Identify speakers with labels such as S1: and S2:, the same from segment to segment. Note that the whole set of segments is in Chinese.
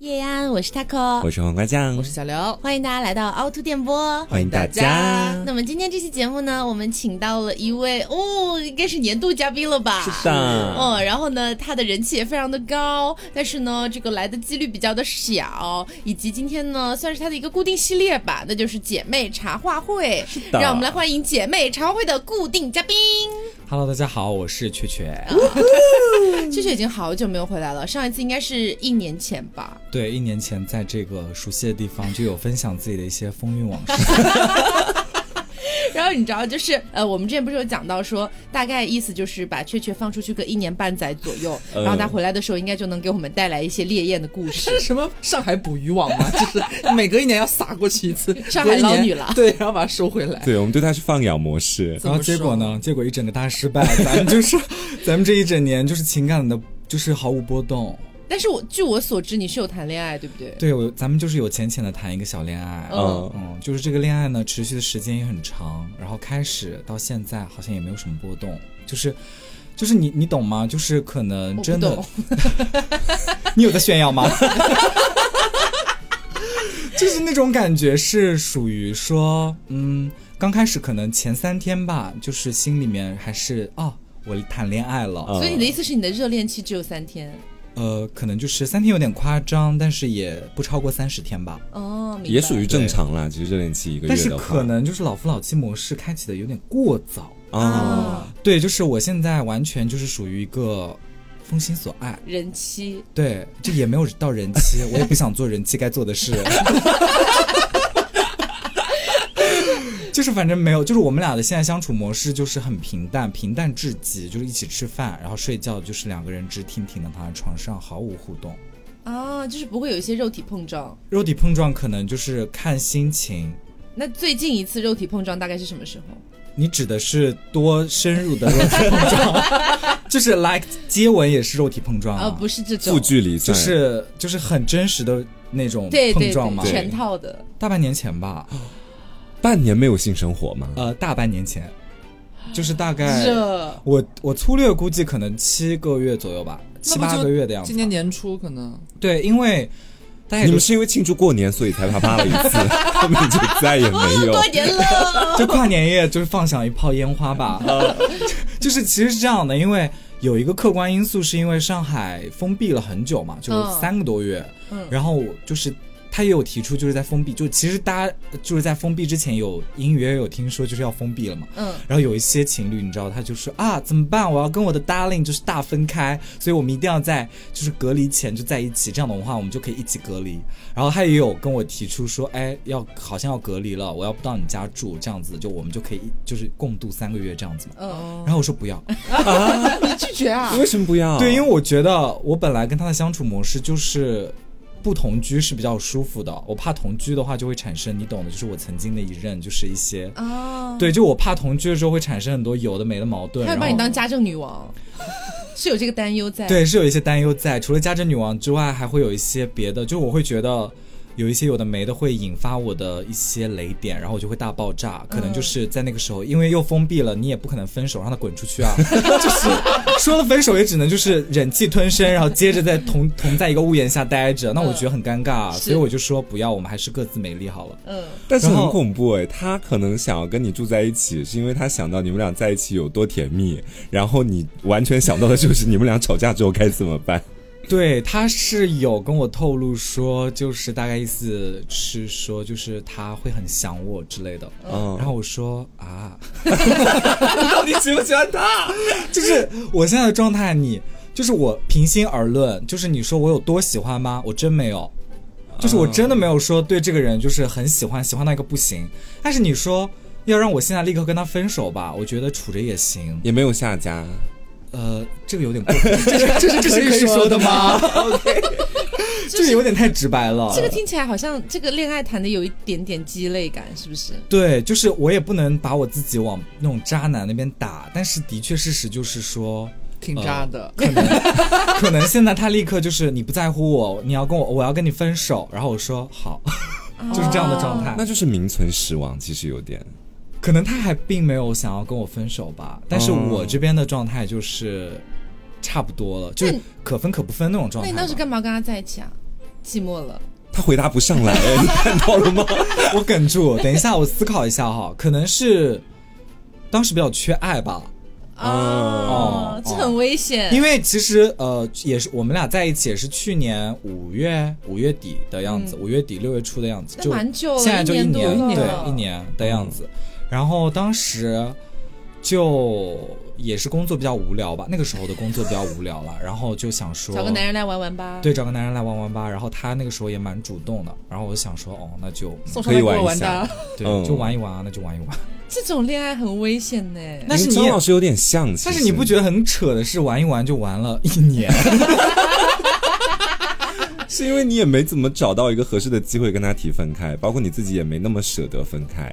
S1: 叶安，我是 taco，
S2: 我是黄瓜酱，
S3: 我是小刘，
S1: 欢迎大家来到凹凸电波。
S2: 欢迎大家。
S1: 那么今天这期节目呢，我们请到了一位哦，应该是年度嘉宾了吧？
S2: 是的
S1: 哦，然后呢，他的人气也非常的高，但是呢，这个来的几率比较的小，以及今天呢，算是他的一个固定系列吧，那就是姐妹茶话会。是
S2: 的
S1: 让我们来欢迎姐妹茶话会的固定嘉宾。
S3: Hello，大家好，我是雀雀。嗯
S1: 确确已经好久没有回来了，上一次应该是一年前吧。
S3: 对，一年前在这个熟悉的地方就有分享自己的一些风韵往事。
S1: 然后你知道，就是呃，我们之前不是有讲到说，大概意思就是把雀雀放出去个一年半载左右，
S2: 呃
S1: 然后它回来的时候，应该就能给我们带来一些烈焰的故事。
S4: 是什么上海捕鱼网吗？ 就是每隔一年要撒过去一 次，
S1: 上海捞女了
S4: 隔一年对，然后把它收回来。
S2: 对，我们对他是放养模式。
S3: 然后结果呢？结果一整个大失败，咱们就是 咱们这一整年就是情感的，就是毫无波动。
S1: 但是我据我所知，你是有谈恋爱，对不对？
S3: 对我，咱们就是有浅浅的谈一个小恋爱。
S2: 嗯
S3: 嗯，就是这个恋爱呢，持续的时间也很长，然后开始到现在好像也没有什么波动，就是。就是你，你懂吗？就是可能
S1: 我不
S3: 真的
S1: 懂，，
S3: 你有在炫耀吗？ 就是那种感觉是属于说，嗯，刚开始可能前三天吧，就是心里面还是哦，我谈恋爱了，
S2: 嗯
S1: 所以你的意思是你的热恋期只有三天？
S3: 呃，可能就是三天有点夸张，但是也不超过三十天吧。
S1: 哦，明白
S2: 也属于正常啦，其实热恋期一个
S3: 但
S2: 月
S3: 是
S2: 的话，
S3: 可能就是老夫老妻模式开启的有点过早。
S2: 啊，
S1: 啊，
S3: 对，就是我现在完全就是属于一个风心所爱，
S1: 人妻。
S3: 对，这也没有到人妻，我也不想做人妻该做的事。 就是反正没有，就是我们俩的现在相处模式就是很平淡，平淡至极，就是一起吃饭，然后睡觉，就是两个人直挺挺的躺在床上，毫无互动。
S1: 啊，就是不会有一些肉体碰撞。
S3: 肉体碰撞可能就是看心情，
S1: 那最近一次肉体碰撞大概是什么时候？
S3: 你指的是多深入的肉体碰撞， 就是 like 接吻也是肉体碰撞
S1: 啊，不
S3: 是，
S1: 是这
S2: 负
S1: 种，
S2: 距离
S3: 就
S2: 算
S3: 是就是很真实的那种
S1: 对对
S3: 碰撞嘛。
S1: 对，全套的。
S3: 大半年前吧，
S2: 半年没有性生活吗？
S3: 呃，大半年前，就是大概
S1: 这
S3: 我我粗略估计可能七个月左右吧，
S4: 那
S3: 七
S4: 不就
S3: 八个月的样
S4: 今
S3: 子。
S4: 年年初可 能
S3: 对，因为大家也
S2: 哎你
S3: 都
S2: 们是因为庆祝过年所以才啪啪了一次，后面就再也没有。
S1: 过年了，
S3: 就跨年夜就是放响一炮烟 花吧，就是其实是这样的，因为有一个客观因素是因为上海封闭了很久嘛，就
S1: 嗯
S3: 三个多月，
S1: 嗯
S3: 然后就是。他也有提出，就是在封闭，就其实大家就是在封闭之前有隐约有听说就是要封闭了嘛，
S1: 嗯，
S3: 然后有一些情侣，你知道，他就说啊，怎么办？我要跟我的 darling 就是大分开，所以我们一定要在就是隔离前就在一起，这样的话我们就可以一起隔离。然后他也有跟我提出说，哎，要好像要隔离了，我要不到你家住，这样子就我们就可以一就是共度三个月这样子嘛。
S1: 嗯，
S3: 然后我说不要，
S4: 你拒绝啊？
S2: 为什么不要？
S3: 对，因为我觉得我本来跟他的相处模式就是。不同居是比较舒服的，我怕同居的话就会产生，你懂的，就是我曾经的一任，就是一些，
S1: 哦，
S3: 对，就我怕同居了之后会产生很多有的没的矛盾，
S1: 他会
S3: 然
S1: 把
S3: 后
S1: 你当家政女 王，是有这个担忧在。，
S3: 对，是有一些担忧在。除了家政女王之外，还会有一些别的，就我会觉得有一些有的没的会引发我的一些雷点，然后我就会大爆炸。可能就是在那个时候，因为又封闭了，你也不可能分手让他滚出去啊。就是说了分手，也只能就是忍气吞声，然后接着在同 同在一个屋檐下待着。那我觉得很尴尬啊，所以我就说不要，我们还是各自美丽好了。
S1: 嗯，
S2: 但是
S3: 然
S2: 很
S3: 后
S2: 恐怖哎、他可能想要跟你住在一起，是因为他想到你们俩在一起有多甜蜜，然后你完全想到的就是你们俩吵架之后该怎么办。
S3: 对，他是有跟我透露说，就是大概意思是说，就是他会很想我之类的。
S2: 嗯，
S3: 然后我说啊，
S2: 到底喜不喜欢他？
S3: 就是我现在的状态你，就是我平心而论，就是你说我有多喜欢吗？我真没有，就是我真的没有说对这个人就是很喜欢，喜欢到一个不行。但是你说要让我现在立刻跟他分手吧，我觉得处着也行。
S2: 也没有下家，
S3: 呃，这个有点过， 这是这是
S4: 这是可以说的吗？
S3: 这个有点太直白了。
S1: 这个听起来好像这个恋爱谈的有一点点鸡肋感，是不是？
S3: 对，就是我也不能把我自己往那种渣男那边打，但是的确事实就是说，
S4: 挺渣的，哎
S3: 可能可能现在他立刻就是你不在乎我，你要跟我，我要跟你分手，然后我说好， 就是这样的状态。
S2: 那就是名存实亡，其实有点。
S3: 可能他还并没有想要跟我分手吧，但是
S2: 哦
S3: 我这边的状态就是差不多了，就是可分可不分那种状
S1: 那
S3: 态
S1: 你
S3: 吧。
S1: 当时干嘛跟他在一起啊？寂寞了。
S2: 他回答不上 来，哎你看到了吗？
S3: 我哽住，等一下我思考一下哈，可能是当时比较缺爱吧，
S1: 啊
S3: 哦，
S1: 这很危险。
S3: 因为其实呃也是我们俩在一起也是去年五月五月底的样子，五月底六月初的样子，
S1: 嗯那
S3: 就
S1: 蛮久了
S3: 现在就
S1: 一年
S3: 年
S1: 多了
S3: 对一年的样子。然后当时就也是工作比较无聊吧，那个时候的工作比较 无聊了，然后就想说
S1: 找个男人来玩玩吧。
S3: 对，找个男人来玩玩吧。然后他那个时候也蛮主动的，然后我就想说哦那就
S1: 送
S2: 可
S1: 上来
S2: 以玩
S1: 给我
S2: 一
S1: 玩
S2: 下
S1: 的，
S3: 对、
S2: 嗯
S3: 就玩一玩啊，那就玩一玩。
S1: 这种恋爱很危险呢。
S3: 但是
S2: 跟
S3: 你
S2: 张
S3: 也
S2: 老师有点像，其
S3: 但是
S2: 实
S3: 你不觉得很扯的是，玩一玩就玩了一年？
S2: 是因为你也没怎么找到一个合适的机会跟他提分开，包括你自己也没那么舍得分开。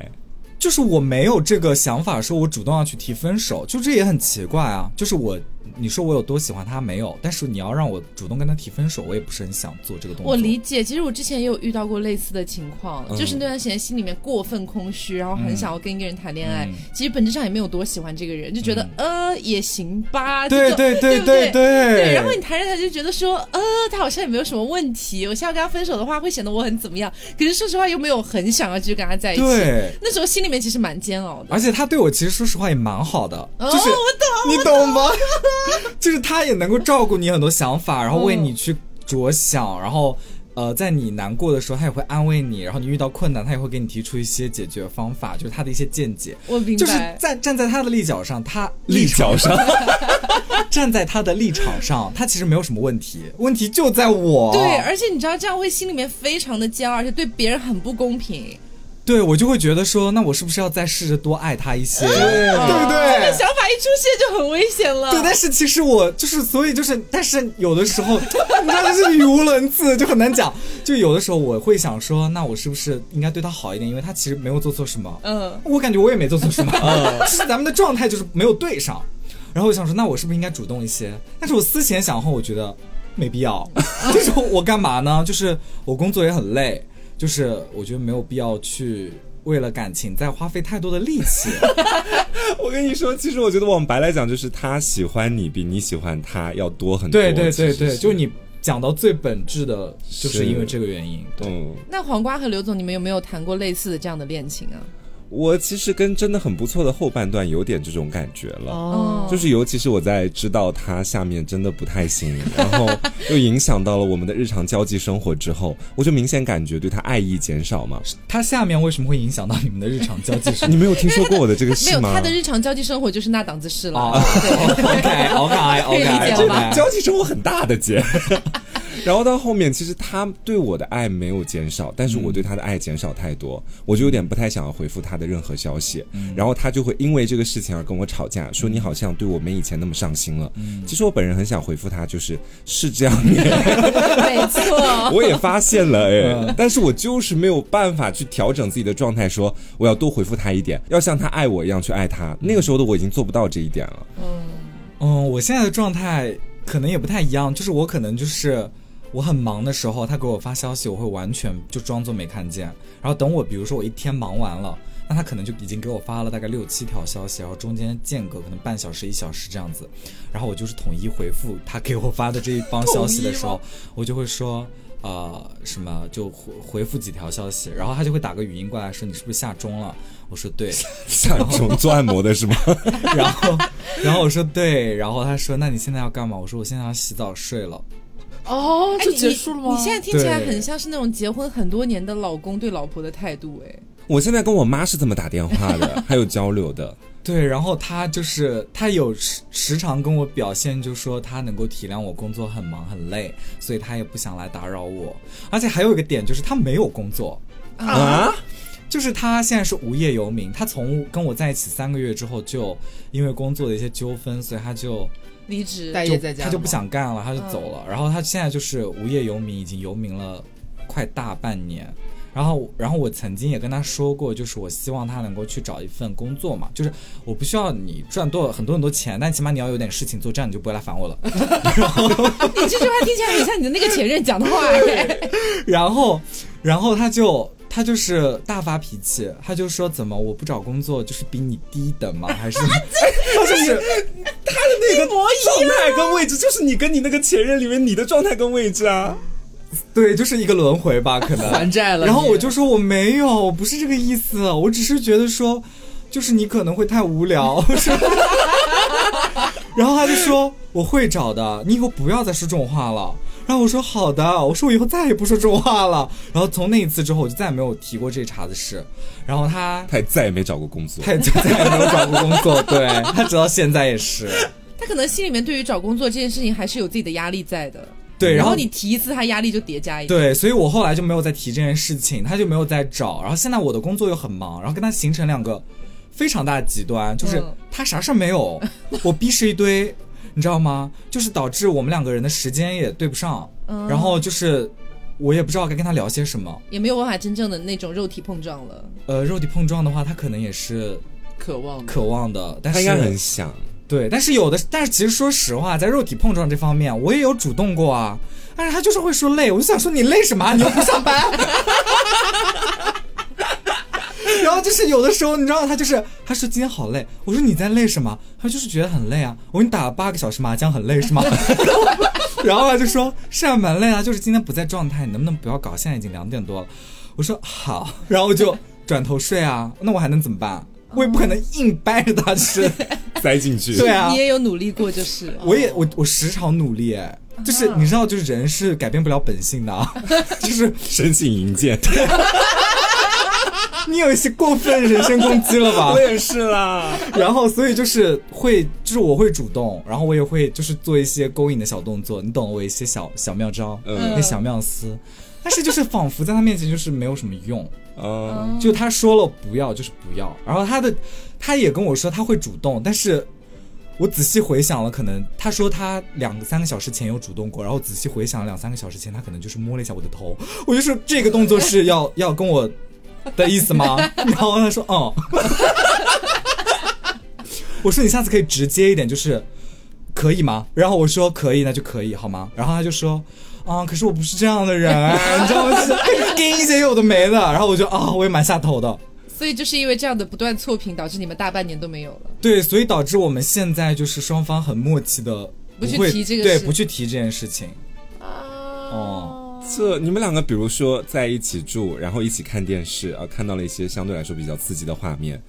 S3: 就是我没有这个想法，说我主动要去提分手，就这也很奇怪啊。就是我，你说我有多喜欢他没有？但是你要让我主动跟他提分手，我也不是很想做这个动作。
S1: 我理解，其实我之前也有遇到过类似的情况，
S3: 嗯
S1: 就是那段时间心里面过分空虚，然后很想要跟一个人谈恋
S3: 嗯
S1: 爱，其实本质上也没有多喜欢这个人，就觉得、呃也行吧，
S3: 对
S1: 这种
S3: 对
S1: 对
S3: 对
S1: 不对
S3: 对对
S1: 对然后你谈着谈着就觉得说呃他好像也没有什么问题，我现在要跟他分手的话会显得我很怎么样，可是说实话又没有很想要继续跟他在一起，
S3: 对，
S1: 那时候心里面其实蛮煎熬的。
S3: 而且他对我其实说实话也蛮好的，
S1: 哦
S3: 就是、
S1: 我
S3: 你懂吗？ 就是他也能够照顾你很多想法，然后
S1: 嗯
S3: 为你去着想，然后。呃，在你难过的时候，他也会安慰你；然后你遇到困难，他也会给你提出一些解决方法，就是他的一些见解。
S1: 我明白
S3: 就是站站在他的立脚上，他
S2: 立脚上，
S3: 站在他的立场上，他其实没有什么问题，问题就在我。
S1: 对，而且你知道这样会心里面非常的煎熬，而且对别人很不公平。
S3: 对我就会觉得说，那我是不是要再试着多爱他一些，对不
S1: 这个
S3: 对？
S1: 想法一出现就很危险了。
S3: 对，但是其实我就是，所以就是，但是有的时候，你知道，就是语无伦次，就很难讲。就有的时候我会想说，那我是不是应该对他好一点？因为他其实没有做错什么，
S1: 嗯，
S3: 我感觉我也没做错什么，就是咱们的状态就是没有对上。然后我想说，那我是不是应该主动一些？但是我思前想后，我觉得没必要。就是我干嘛呢？就是我工作也很累，就是我觉得没有必要去为了感情再花费太多的力气。
S2: 我跟你说，其实我觉得往白来讲，就是他喜欢你比你喜欢他要多很多。
S3: 对对对
S2: 其实
S3: 对，就是你讲到最本质的，就是因为这个原因。对
S2: 嗯，
S1: 那黄瓜和刘总，你们有没有谈过类似的这样的恋情啊？
S2: 我其实跟真的很不错的后半段有点这种感觉了。
S1: 哦，
S2: 就是尤其是我在知道他下面真的不太行，然 后又影响到了我们的日常交际生活之后，我就明显感觉对他爱意减少嘛。
S3: 它下面为什么会影响到你们的日常交际生
S2: 你没有听说过我的这个
S1: 没
S2: 事
S1: 有
S2: 吗？
S1: 他的日常交际生活就是那档子事了。
S3: 哦 ？OK OK
S1: 可以
S3: OK，
S1: 理 解了吧
S2: 交际生活很大的姐。 然后到后面，其实他对我的爱没有减少，但是我
S1: 嗯
S2: 对他的爱减少太多，我就有点不太想要回复他的任何消息。
S1: 嗯
S2: 然后他就会因为这个事情而跟我吵架，说你好像对我没以前那么上心了。
S1: 嗯
S2: 其实我本人很想回复他，就是是这样 的，
S1: 没错。
S2: 我也发现了
S3: 嗯
S2: 哎，但是我就是没有办法去调整自己的状态，说我要多回复他一点，要像他爱我一样去爱他。那个时候的我已经做不到这一点了。
S3: 嗯，我现在的状态可能也不太一样，就是我可能就是我很忙的时候，他给我发消息，我会完全就装作没看见。然后等我，比如说我一天忙完了，那他可能就已经给我发了大概六七条消息，然后中间间隔可能半小时一小时这样子，然后我就是统一回复他给我发的这一帮消息的时候，我就会说。呃，什么就回回复几条消息，然后他就会打个语音过来说你是不是下钟了？我说对，
S2: 像这种做按摩的是吗？
S3: 然后，然后我说对，然后他说那你现在要干嘛？我说我现在要洗澡睡了。
S4: 哦，
S1: 哎
S4: 就
S1: 你
S4: 结束了吗？
S1: 你现在听起来
S3: 对
S1: 很像是那种结婚很多年的老公对老婆的态度，哎，
S2: 我现在跟我妈是这么打电话的，还有交流的。
S3: 对，然后他就是他有时时常跟我表现，就说他能够体谅我工作很忙很累，所以他也不想来打扰我。而且还有一个点就是他没有工作，
S2: 啊，
S3: 就是他现在是无业游民。他从跟我在一起三个月之后，就因为工作的一些纠纷，所以他就
S1: 离职
S4: 待
S3: 就
S4: 业在家，嗯
S3: 他就不。想干了，他就走了。然后他现在就是无业游民，已经游民了快大半年。然后，然后我曾经也跟他说过，就是我希望他能够去找一份工作嘛，就是我不需要你赚多很多很多钱，但起码你要有点事情做，这样你就不会来烦我了。
S1: 啊 你这句话听起来很像你的那个前任讲的话，哎
S3: 然后，然后他就他就是大发脾气，他就说怎么我不找工作就是比你低等吗？还 是他就是
S2: 那个状态跟位置，就是你跟你那个前任里面你的状态跟位置啊。
S3: 对，就是一个轮回吧，可 能
S4: 还债了。
S3: 然后我就说我没有，我不是这个意思，我只是觉得说，就是你可能会太无聊。 然后他就说我会找的，你以后不要再说这种话了。然后我说好的，我说我以后再也不说这种话了。然后从那一次之后，我就再也没有提过这茬子事。然后他
S2: 他也再也没找过工作
S3: 他。也再也没有找过工作，对他直到现在也是。
S1: 他可能心里面对于找工作这件事情还是有自己的压力在的。
S3: 对然
S1: 然
S3: 后
S1: 你提一次，他压力就叠加一次。
S3: 对，所以我后来就没有再提这件事情，他就没有再找。然后现在我的工作又很忙，然后跟他形成两个非常大的极端，就是
S1: 嗯
S3: 他啥事儿 没有，我逼是一堆，你知道吗？就是导致我们两个人的时间也对不上，
S1: 嗯
S3: 然后就是我也不知道该跟他聊些什么。
S1: 也没有办法真正的那种肉体碰撞了，
S3: 呃，肉体碰撞的话，他可能也是
S4: 渴望
S3: 渴望的，但
S2: 他
S3: 是
S2: 应该很想，
S3: 对，但是有的，但是其实说实话，在肉体碰撞这方面，我也有主动过啊，但是他就是会说累，我就想说你累什么啊？你又不上班。 然后就是有的时候，你知道，他就是他说今天好累，我说你在累什么？他说就是觉得很累啊。我说你打了八个小时麻将很累是吗？ 然后他就说是啊，蛮累啊，就是今天不在状态，你能不能不要搞？现在已经两点多了。我说好，然后我就转头睡啊，那我还能怎么办？我也不可能硬掰着他睡。
S2: 塞进去。
S3: 对啊
S1: 你也有努力过，就是了。
S3: 我也我我时常努力，哎，就是你知道，就是人是改变不了本性的啊， 就是
S2: 申请银件，？
S3: 你有一些过分人身攻击了吧
S2: 也是 啦。
S3: 然后所以就是会，就是我会主动，然后我也会就是做一些勾引的小动作，你懂我一些小小妙招，
S2: 嗯
S3: 那小妙思。但是就是仿佛在他面前就是没有什么用，
S2: 嗯，
S3: 就他说了不要就是不要，然后他的他也跟我说他会主动，但是我仔细回想了，可能他说他两三个小时前有主动过，然后仔细回想了两三个小时前，他可能就是摸了一下我的头， 我就说这个动作是要要跟我的意思吗？ 然后他说嗯，我说你下次可以直接一点，就是可以吗？然后我说可以，那就可以好吗？然后他就说。啊、可是我不是这样的人， 你知道吗？就是跟一些有的没的，然后我就啊，我也蛮下头的，
S1: 所以就是因为这样的不断错评，导致你们大半年都没有了。
S3: 对，所以导致我们现在就是双方很默契的，
S1: 不去
S3: 会
S1: 提这个
S3: 对，
S1: 事
S3: 不去提这件事情。
S1: 哦，
S2: 这你们两个，比如说在一起住，然后一起看电视啊，看到了一些相对来说比较刺激的画面，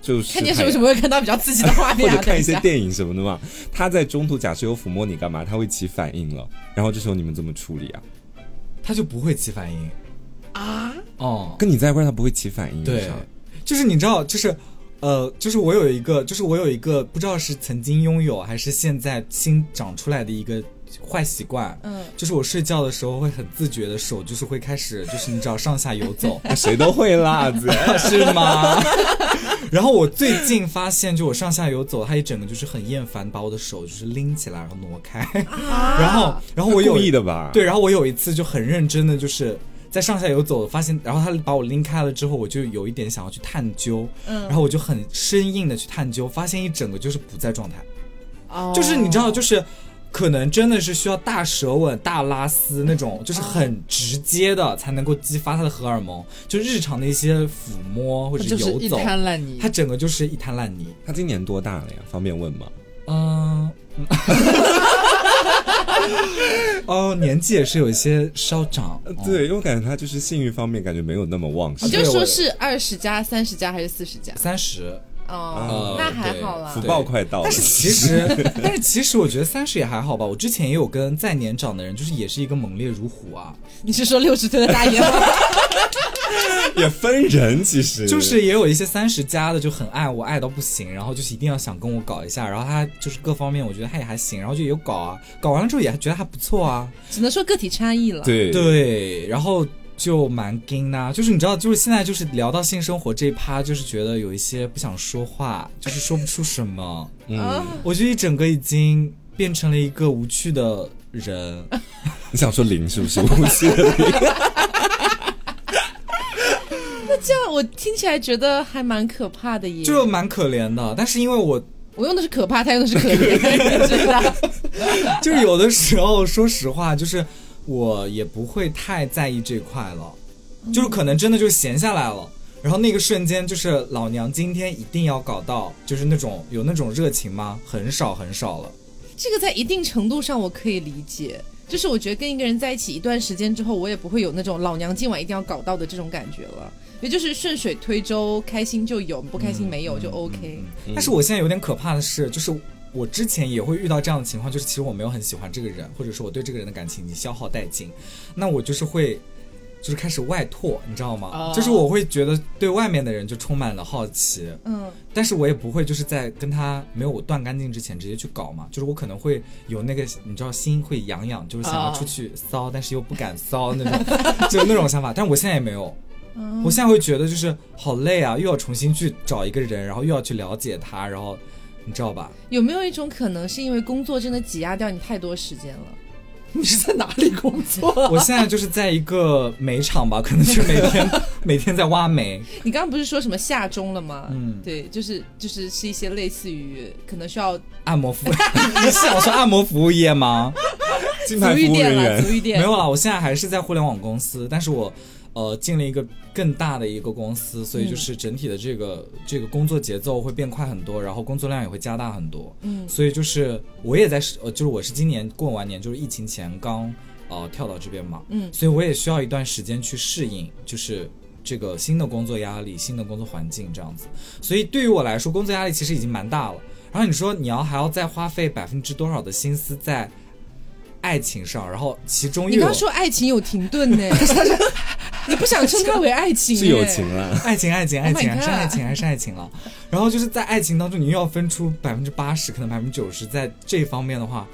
S2: 就是
S1: 看电视
S2: 还
S1: 为什么会看到比较刺激的画
S2: 或
S1: 面、啊？
S2: 者看一些
S1: 等下
S2: 电影什么的嘛。他在中途假设有抚摸你干嘛，他会起反应了，然后这时候你们怎么处理啊？
S3: 他就不会起反应
S1: 啊，
S3: 哦，
S2: 跟你在一块儿他不会起反应，
S3: 对
S2: 是吧，
S3: 就是你知道，就是呃，就是我有一个，就是我有一个不知道是曾经拥有还是现在新长出来的一个坏习惯，
S1: 嗯
S3: 就是我睡觉的时候会很自觉的手就是会开始就是你知道上下游走，
S2: 那谁都会 啦，姐。
S3: 是吗？ 然后我最近发现，就我上下游走，他一整个就是很厌烦，把我的手就是拎起来，然后挪开。 然后，然后我有
S2: 故意的吧？
S3: 对，，然后我有一次就很认真的就是。在上下游走，发现，然后他把我拎开了之后，我就有一点想要去探究，然后我就很生硬的去探究，发现一整个就是不在状态，
S1: 哦
S3: 就是你知道，就是可能真的是需要大舌吻、大拉丝那种，就是很直接的才能够激发他的荷尔蒙。就日常的一些抚摸或者
S4: 就是
S3: 游
S4: 一
S3: 走，
S4: 滩烂泥
S3: 他。整个就是一滩烂泥。
S2: 他今年多大了呀？方便问吗？
S3: 嗯。哦，年纪也是有一些稍长，
S2: 呃
S3: 哦
S2: 对，因为我感觉他就是性欲方面感觉没有那么旺盛
S1: 你，
S3: 对
S1: 就说
S3: 我
S1: 是二十加、三十加还是四十加？
S3: 三十。
S1: 哦
S3: 呃，
S1: 那还
S3: 对
S1: 好啦
S2: 福
S3: 福。
S2: 报快到了
S3: 但。是其实，但是其实我觉得三十也还好吧。我之前也有跟再年长的人，就是也是一个猛烈如虎啊，
S1: 你是说六十岁的 大爷吗？
S2: 也分人，其实
S3: 就是也有一些三十加的就很爱我，爱到不行，然后就是一定要想跟我搞一下，然后他就是各方面我觉得他也还行，然后就有搞啊，搞完了之后也觉得还不错啊，
S1: 只能说个体差异了。，
S2: 对
S3: 对，然后就蛮硬呐、就是你知道，就是现在就是聊到性生活这一趴，就是觉得有一些不想说话，就是说不出什么，
S1: 啊
S2: 嗯，
S3: 我就一整个已经变成了一个无趣的人，
S2: 你想说零是不是？无限零，
S1: 这样我听起来觉得还蛮可怕的耶。
S3: 就蛮可怜的。但是因为我
S1: 我用的是可怕，他用的是可怜，真的。
S3: 就是有的时候，说实话，就是我也不会太在意这块了，就是可能真的就闲下来了。然后那个瞬间，就是老娘今天一定要搞到，就是那种有那种热情吗？很少很少了。
S1: 这个在一定程度上我可以理解，就是我觉得跟一个人在一起一段时间之后，我也不会有那种老娘今晚一定要搞到的这种感觉了，也就是顺水推舟，开心就有，不开心没有就 OK。
S3: 但是我现在有点可怕的是，就是我之前也会遇到这样的情况，就是其实我没有很喜欢这个人，或者说我对这个人的感情已经消耗殆尽，那我就是会。就是开始外拓，你知道吗
S4: 哦
S3: 就是我会觉得对外面的人就充满了好奇，
S1: 嗯，
S3: 但是我也不会就是在跟他没有断干净之前直接去搞嘛，就是我可能会有那个你知道心会痒痒，就是想要
S4: 哦
S3: 出去骚，但是又不敢骚那种，就那种想法。但是我现在也没有，我现在会觉得就是好累啊，又要重新去找一个人，然后又要去了解他，然后你知道吧？
S1: 有没有一种可能是因为工作真的挤压掉你太多时间了？
S4: 你是在哪里工 作？
S3: 我现在就是在一个煤场吧，可能是每天每天在挖煤，
S1: 你刚刚不是说什么下钟了吗？
S3: 嗯
S1: 对，就是就是是一些类似于可能需要足
S3: 按摩服务， 你是想说按摩服务业吗？
S2: 金牌服
S1: 浴
S2: 务人
S1: 店了，足
S2: 员，
S1: 浴店
S3: 没有啊啦，我现在还是在互联网公司，但是我呃进了一个更大的一个公司，所以就是整体的这个、这个工作节奏会变快很多，然后工作量也会加大很多。
S1: 嗯
S3: 所以就是我也在是呃，就是我是今年过完年，就是疫情前刚呃跳到这边嘛，
S1: 嗯
S3: 所以我也需要一段时间去适应，就是。这个新的工作压力、新的工作环境这样子，所以对于我来说，工作压力其实已经蛮大了。然后你说你要还要再花费百分之多少的心思在爱情上，然后其中
S1: 你
S3: 又
S1: 刚
S3: 有
S1: 刚说爱情有停顿 呢，你不想称它为爱情？
S2: 是友情。啊了。
S3: 爱情，爱情，爱
S1: my
S3: 情，还啊是
S1: God
S3: 爱情，还是爱情了。然后就是在爱情当中，你又要分出百分之八十，可能百分之九十，在这方面的话，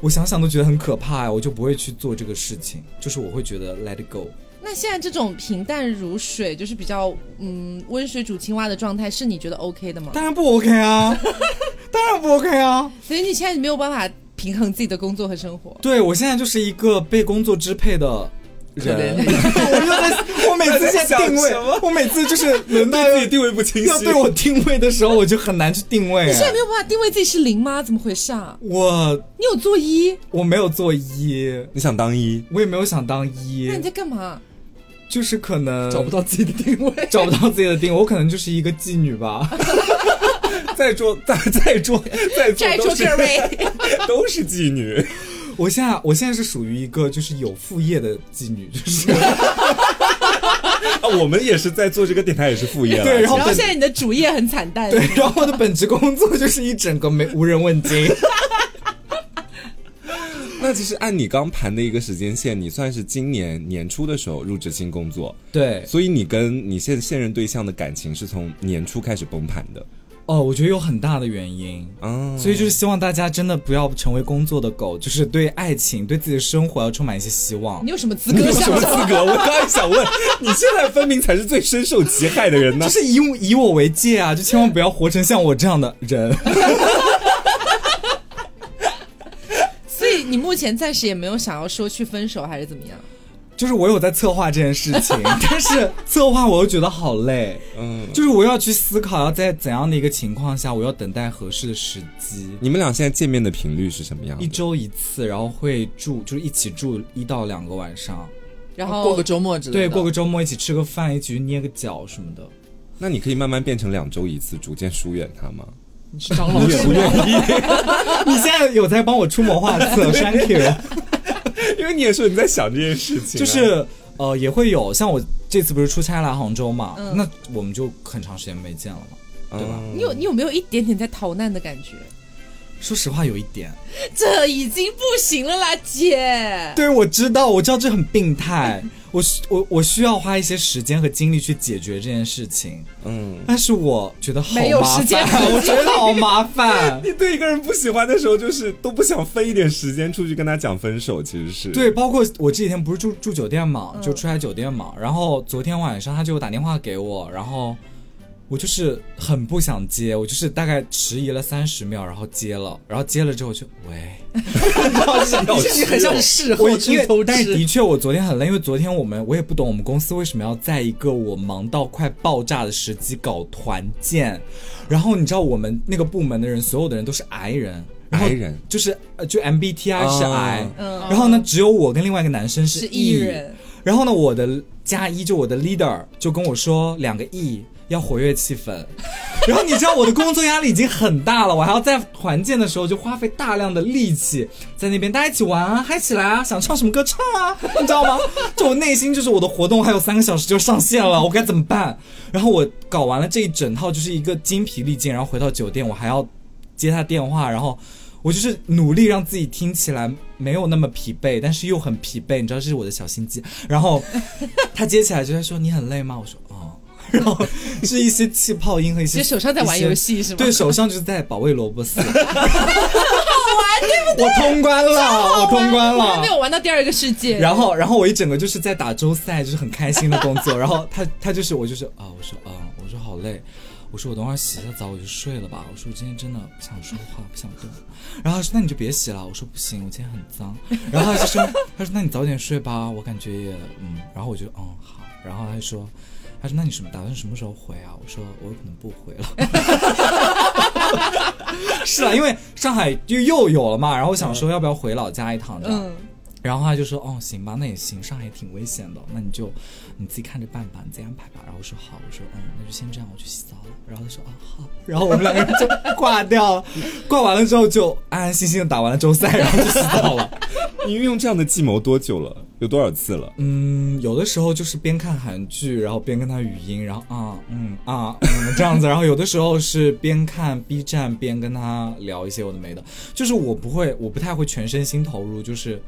S3: 我想想都觉得很可怕呀、啊我就不会去做这个事情，就是我会觉得 let it go。
S1: 那现在这种平淡如水，就是比较嗯温水煮青蛙的状态，是你觉得 OK 的吗？
S3: 当然不 OK 啊，当然不 OK 啊。
S1: 所以你现在没有办法平衡自己的工作和生活。
S3: 对我现在就是一个被工作支配的。人，我又在，我每次
S2: 在
S3: 在定
S2: 想
S3: 位
S2: 什么，
S3: 我每次就是轮到
S2: 对自己定位不清晰，
S3: 要对我定位的时候，我就很难去定位。啊
S2: 啊
S1: 你现在没有办法定位自己是零吗？怎么回事啊？
S3: 我
S1: 你有做一，
S3: 我没有做一，
S2: 你想当一，
S3: 我也没有想当一
S1: 那，你在干嘛？
S3: 就是可能
S4: 找不到自己的定位，
S3: 找不到自己的定位，我可能就是一个妓女吧。
S2: 在座在在座在座
S1: 在
S2: 都
S1: 座
S2: 是
S1: 各 位，
S2: 都是妓女，
S3: 我现在我现在是属于一个就是有副业的妓女，就是
S2: 啊我们也是在做这个电台也是副业了。啊
S3: 对然
S1: 然后
S3: 本
S1: 现在你的主业很惨淡。
S3: 对，然后我的本职工作就是一整个没无人问 津。
S2: 那其实按你刚盘的一个时间线，你算是今年年初的时候入职新工作，
S3: 对，
S2: 所以你跟你现现任对象的感情是从年初开始崩盘的
S3: 哦，我觉得有很大的原因。
S2: 啊。
S3: 所以就是希望大家真的不要成为工作的狗，就是对爱情、对自己的生活要充满一些希望
S1: 你。有什么资
S2: 你
S1: 格
S2: 有
S1: 想
S2: 什么资格？我刚才想问，你现在分明才是最深受其害的人呢
S3: 就。是以我以我为戒啊，就千万不要活成像我这样的人。
S1: 所以你目前暂时也没有想要说去分手还是怎么样？
S3: 就是我有在策划这件事 情，但是策划我又觉得好累。
S2: 嗯，
S3: 就是我要去思考，要在怎样的一个情况下，我要等待合适的时机。
S2: 你们俩现在见面的频率是什么样
S3: 一
S2: 的？
S3: 周一次，然后会住，就是一起住一到两个晚上，
S1: 然后
S4: 过个周末之类
S3: 对，
S4: 的。
S3: 过个周末一起吃个饭，一起去捏个脚什么的。
S2: 那你可以慢慢变成两周一次，逐渐疏远他吗？
S4: 你是张老师
S2: 不愿意，
S3: 你现在有在帮我出谋划策，thank you。
S2: 因为你也说你在想这件事情啊、
S3: 就是呃，也会有，像我这次不是出差来杭州嘛，
S1: 嗯
S3: 那我们就很长时间没见了嘛。对吧
S2: 嗯
S1: 你有你有没有一点点在逃难的感觉？
S3: 说实话，有一点，
S1: 这已经不行了啦，姐。
S3: 对我知道，我知道这很病态，我需我我需要花一些时间和精力去解决这件事情。
S2: 嗯，
S3: 但是我觉得好麻烦，啊
S1: 没有时间
S3: 我觉得好麻烦。
S2: 你对一个人不喜欢的时候，就是都不想分一点时间出去跟他讲分手，其实是
S3: 对，，包括我这几天不是住住酒店嘛，
S1: 嗯
S3: 就出来酒店嘛，然后昨天晚上他就打电话给我，然后我就是很不想接，我就是大概迟疑了三十秒，然后接了，然后接了之后就 喂，
S4: 你很像是事
S3: 我
S4: 后
S3: 因
S4: 去
S3: 为
S4: 偷
S3: 但是的
S4: 吃，
S3: 确我昨天很累，因为昨天我们我也不懂我们公司为什么要在一个我忙到快爆炸的时机搞团建，然后你知道我们那个部门的人，所有的人都是癌人，然后
S4: 哎
S2: 癌人
S3: 就是呃就 MBTI 是
S4: 啊
S2: 哦
S3: 癌，
S1: 嗯
S3: 然后呢只有我跟另外一个男生是
S1: 是
S3: E
S1: E 人，
S3: 然后呢我的加一就我的 leader 就跟我说两个 E，要活跃气氛。 然后你知道我的工作压力已经很大了，我还要在团建的时候就花费大量的力气在那边大家一起玩啊，嗨起来啊，想唱什么歌唱啊，你知道吗？ 就我内心就是我的活动还有三个小时就上线了，我该怎么办？然后我搞完了这一整套就是一个精疲力尽，然后回到酒店我还要接他电话，然后。我就是努力让自己听起来没有那么疲惫，但是又很疲惫，你知道这是我的小心机。然后他接起来就在说：“你很累吗？”我说：“哦。” 然后是一些气泡音和一
S1: 其
S3: 些
S1: 实手上在玩游戏是吗？
S3: 对，手上就是在保卫萝 卜丝。好玩，对不对？我通关了，我通关
S1: 我还
S3: 了
S1: 没。有玩到第二个世界。
S3: 然后，然后我一整个就是在打周赛，就是很开心的工作。然后他他就是我就是啊，我说啊，我说好累，我说我等会儿洗一下澡我就睡了吧。我说我今天真的不想说话，不想动。然后他说那你就别洗了。我说不行，我今天很脏。然后他就说他说那你早点睡吧，我感觉也嗯。然后我就嗯好。然后他就说他说那你什么打算什么时候回啊？我说我有可能不回了。是啊，因为上海就又有了嘛，然后我想说要不要回老家一趟这样。
S1: 嗯，
S3: 然后他就说，哦，行吧，那也行，上海挺危险的，那你就你自己看着办吧，你自己安排吧。然后我说好，我说嗯，那就先这样，我去洗澡了。然后他说啊好，然后我们两个人就挂掉了，挂完了之后就安安心心的打完了周赛，然后就洗澡了。
S2: 你运用这样的计谋多久了？有多少次了？
S3: 嗯，有的时候就是边看韩剧，然后边跟他语音，然后啊嗯啊嗯这样子，然后有的时候是边看 B 站边跟他聊一些有的没的，就是我不会，我不太会全身心投入，就是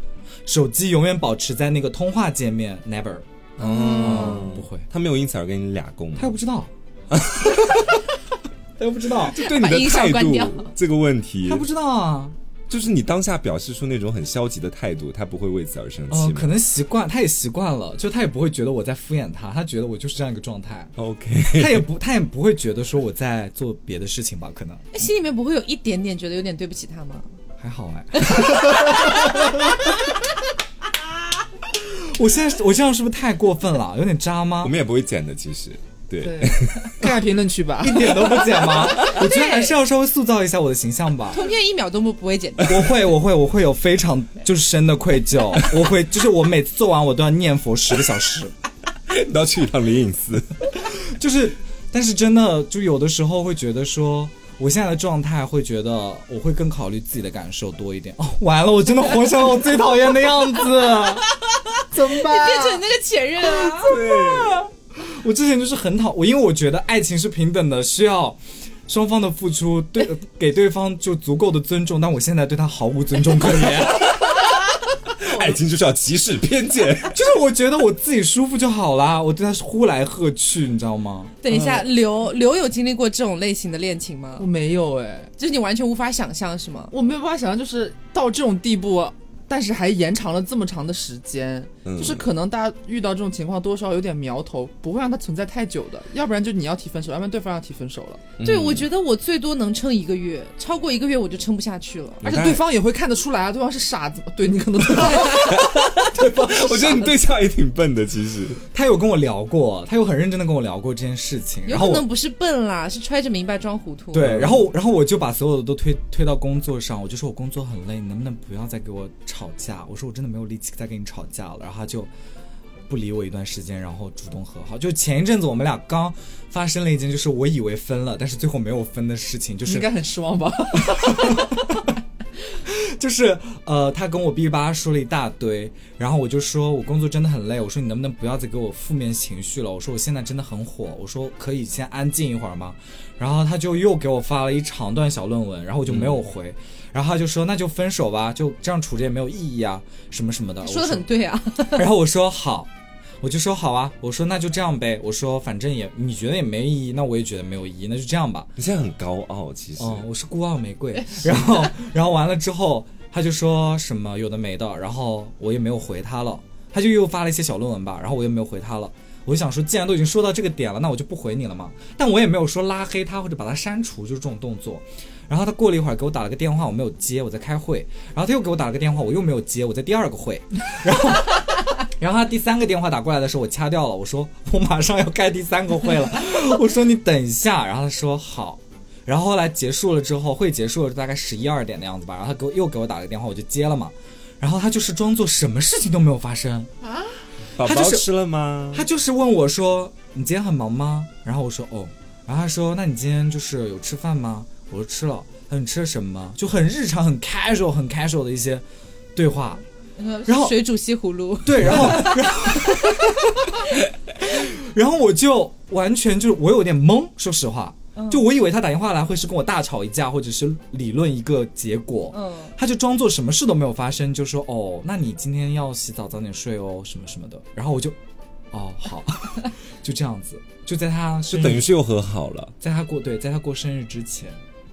S3: 手机永远保持在那个通话界面，never，啊
S2: 哦，
S3: 不会，
S2: 他没有因此而跟你俩共吗
S3: 他？又不知道， 他又不知道，
S2: 对你
S1: 把
S2: 的
S1: 音效
S2: 态
S1: 关掉
S2: 度这个问题
S3: 他，不知道啊，
S2: 就是你当下表示出那种很消极的态度，他不会为此而生
S3: 哦
S2: 气，
S3: 可
S2: 吗
S3: 能习惯，他也习惯了，就他也不会觉得我在敷衍他，他觉得我就是这样一个状态。
S2: ？OK，
S3: 他也不，他也不会觉得说我在做别的事情吧？可能
S1: 那哎心里面不会有一点点觉得有点对不起他吗？
S3: 还好 哎。我现在我这样是不是太过分了？有点渣吗
S2: 我？们也不会剪的，其实对。
S4: 看看评论区吧
S3: 一。点都不减 吗？我觉得还是要稍微塑造一下我的形象吧。
S1: 通篇一秒都不不会剪掉。
S3: 我会，我会，我会有非常就是深的愧疚。我会，就是我每次做完我都要念佛十个小时。
S2: 你要去一趟灵隐寺，
S3: 就是，但是真的，就有的时候会觉得说，我现在的状态会觉得，我会更考虑自己的感受多一点。哦，完了，我真的活成了我最讨厌的样 子。
S4: 怎么办？
S1: 变成你那个前任啊！
S3: 我之前就是很讨我，因为我觉得爱情是平等的，需要双方的付出， 对给对方就足够的尊重。但我现在对他毫无尊重可 言，
S2: 爱情就是要歧视偏见。
S3: 就是我觉得我自己舒服就好啦，我对他是呼来喝去，你知道吗？
S1: 等一下，
S3: 嗯
S1: 刘刘有经历过这种类型的恋情吗
S4: 我？没有哎、
S1: 就是你完全无法想象是吗？
S4: 我没有办法想象，就是到这种地步，但是还延长了这么长的时间，
S2: 嗯
S4: 就是可能大家遇到这种情况，多少有点苗头，不会让它存在太久的，要不然就你要提分手，要不然对方要提分手了，
S3: 嗯
S1: 对，我觉得我最多能撑一个月，超过一个月我就撑不下去了。
S2: 你
S4: 而
S2: 看
S4: 且对方也会看得出来啊，对方是傻子，对你可能 对方
S2: 我觉得你对象也挺笨的，其实。
S3: 他有跟我聊过，他有很认真的跟我聊过这件事情，
S1: 有
S3: 然后
S1: 可
S3: 我
S1: 能不是笨啦，是揣着明白装糊涂。
S3: 对，然后然后我就把所有的都推推到工作上，我就说我工作很累，你能不能不要再给我吵架？我说我真的没有力气再跟你吵架了。然后他就不理我一段时间，然后主动和好。就前一阵子我们俩刚发生了一件，就是我以为分了，但是最后没有分的事情，就
S4: 你应
S3: 是
S4: 该很失望吧？
S3: 就是呃，他跟我哔哩吧啦说了一大堆，然后我就说我工作真的很累，我说你能不能不要再给我负面情绪了？我说我现在真的很火，我说可以先安静一会儿吗？然后他就又给我发了一长段小论文，然后我就没有回，
S1: 嗯
S3: 然后他就说那就分手吧，就这样处着也没有意义啊，什么什么的。
S1: 说的
S3: 我
S1: 很对 啊，
S3: 然后我说好，我就说好啊，我说那就这样呗，我说反正也你觉得也没意义，那我也觉得没有意义，那就这样吧。
S2: 你现在很高傲，其实。
S3: 哦，我是孤傲玫瑰。然后，然后完了之后，他就说什么有的没的，然后我也没有回他了。他就又发了一些小论文吧，然后我也没有回他了。我就想说，既然都已经说到这个点了，那我就不回你了嘛。但我也没有说拉黑他或者把他删除，就是这种动作。然后他过了一会儿给我打了个电话，我没有接，我在开会。然后他又给我打了个电话，我又没有接，我在第二个会。然后， 然后他第三个电话打过来的时候，我掐掉了。我说我马上要开第三个会了，我说你等一下。然后他说好。然后后来结束了之后，会结束了大概十一二点的样子吧。然后他给我又给我打了个电话，我就接了嘛。然后他就是装作什么事情都没有发生啊。
S2: 宝
S3: 他就
S2: 宝
S3: 是
S2: 吃了吗？
S3: 他就是问我说：“你今天很忙吗？”然后我说：“哦。”然后他说：“那你今天就是有吃饭吗？”我说：“吃了。”他说：“你吃了什么吗？”就很日常、很 casual、很 casual 的一些对话。然后
S5: 水煮西葫芦，
S3: 对，然后， 然后，然后我就完全就是我有点懵，说实话，就我以为他打电话来会是跟我大吵一架，或者是理论一个结果。
S5: 嗯，
S3: 他就装作什么事都没有发生，就说：“哦，那你今天要洗澡，早点睡哦，什么什么的。”然后我就，哦，好， 就这样子，就在他
S2: 就
S3: 就
S2: 等于是又和好了。
S3: 在他过对，在他过生日之前，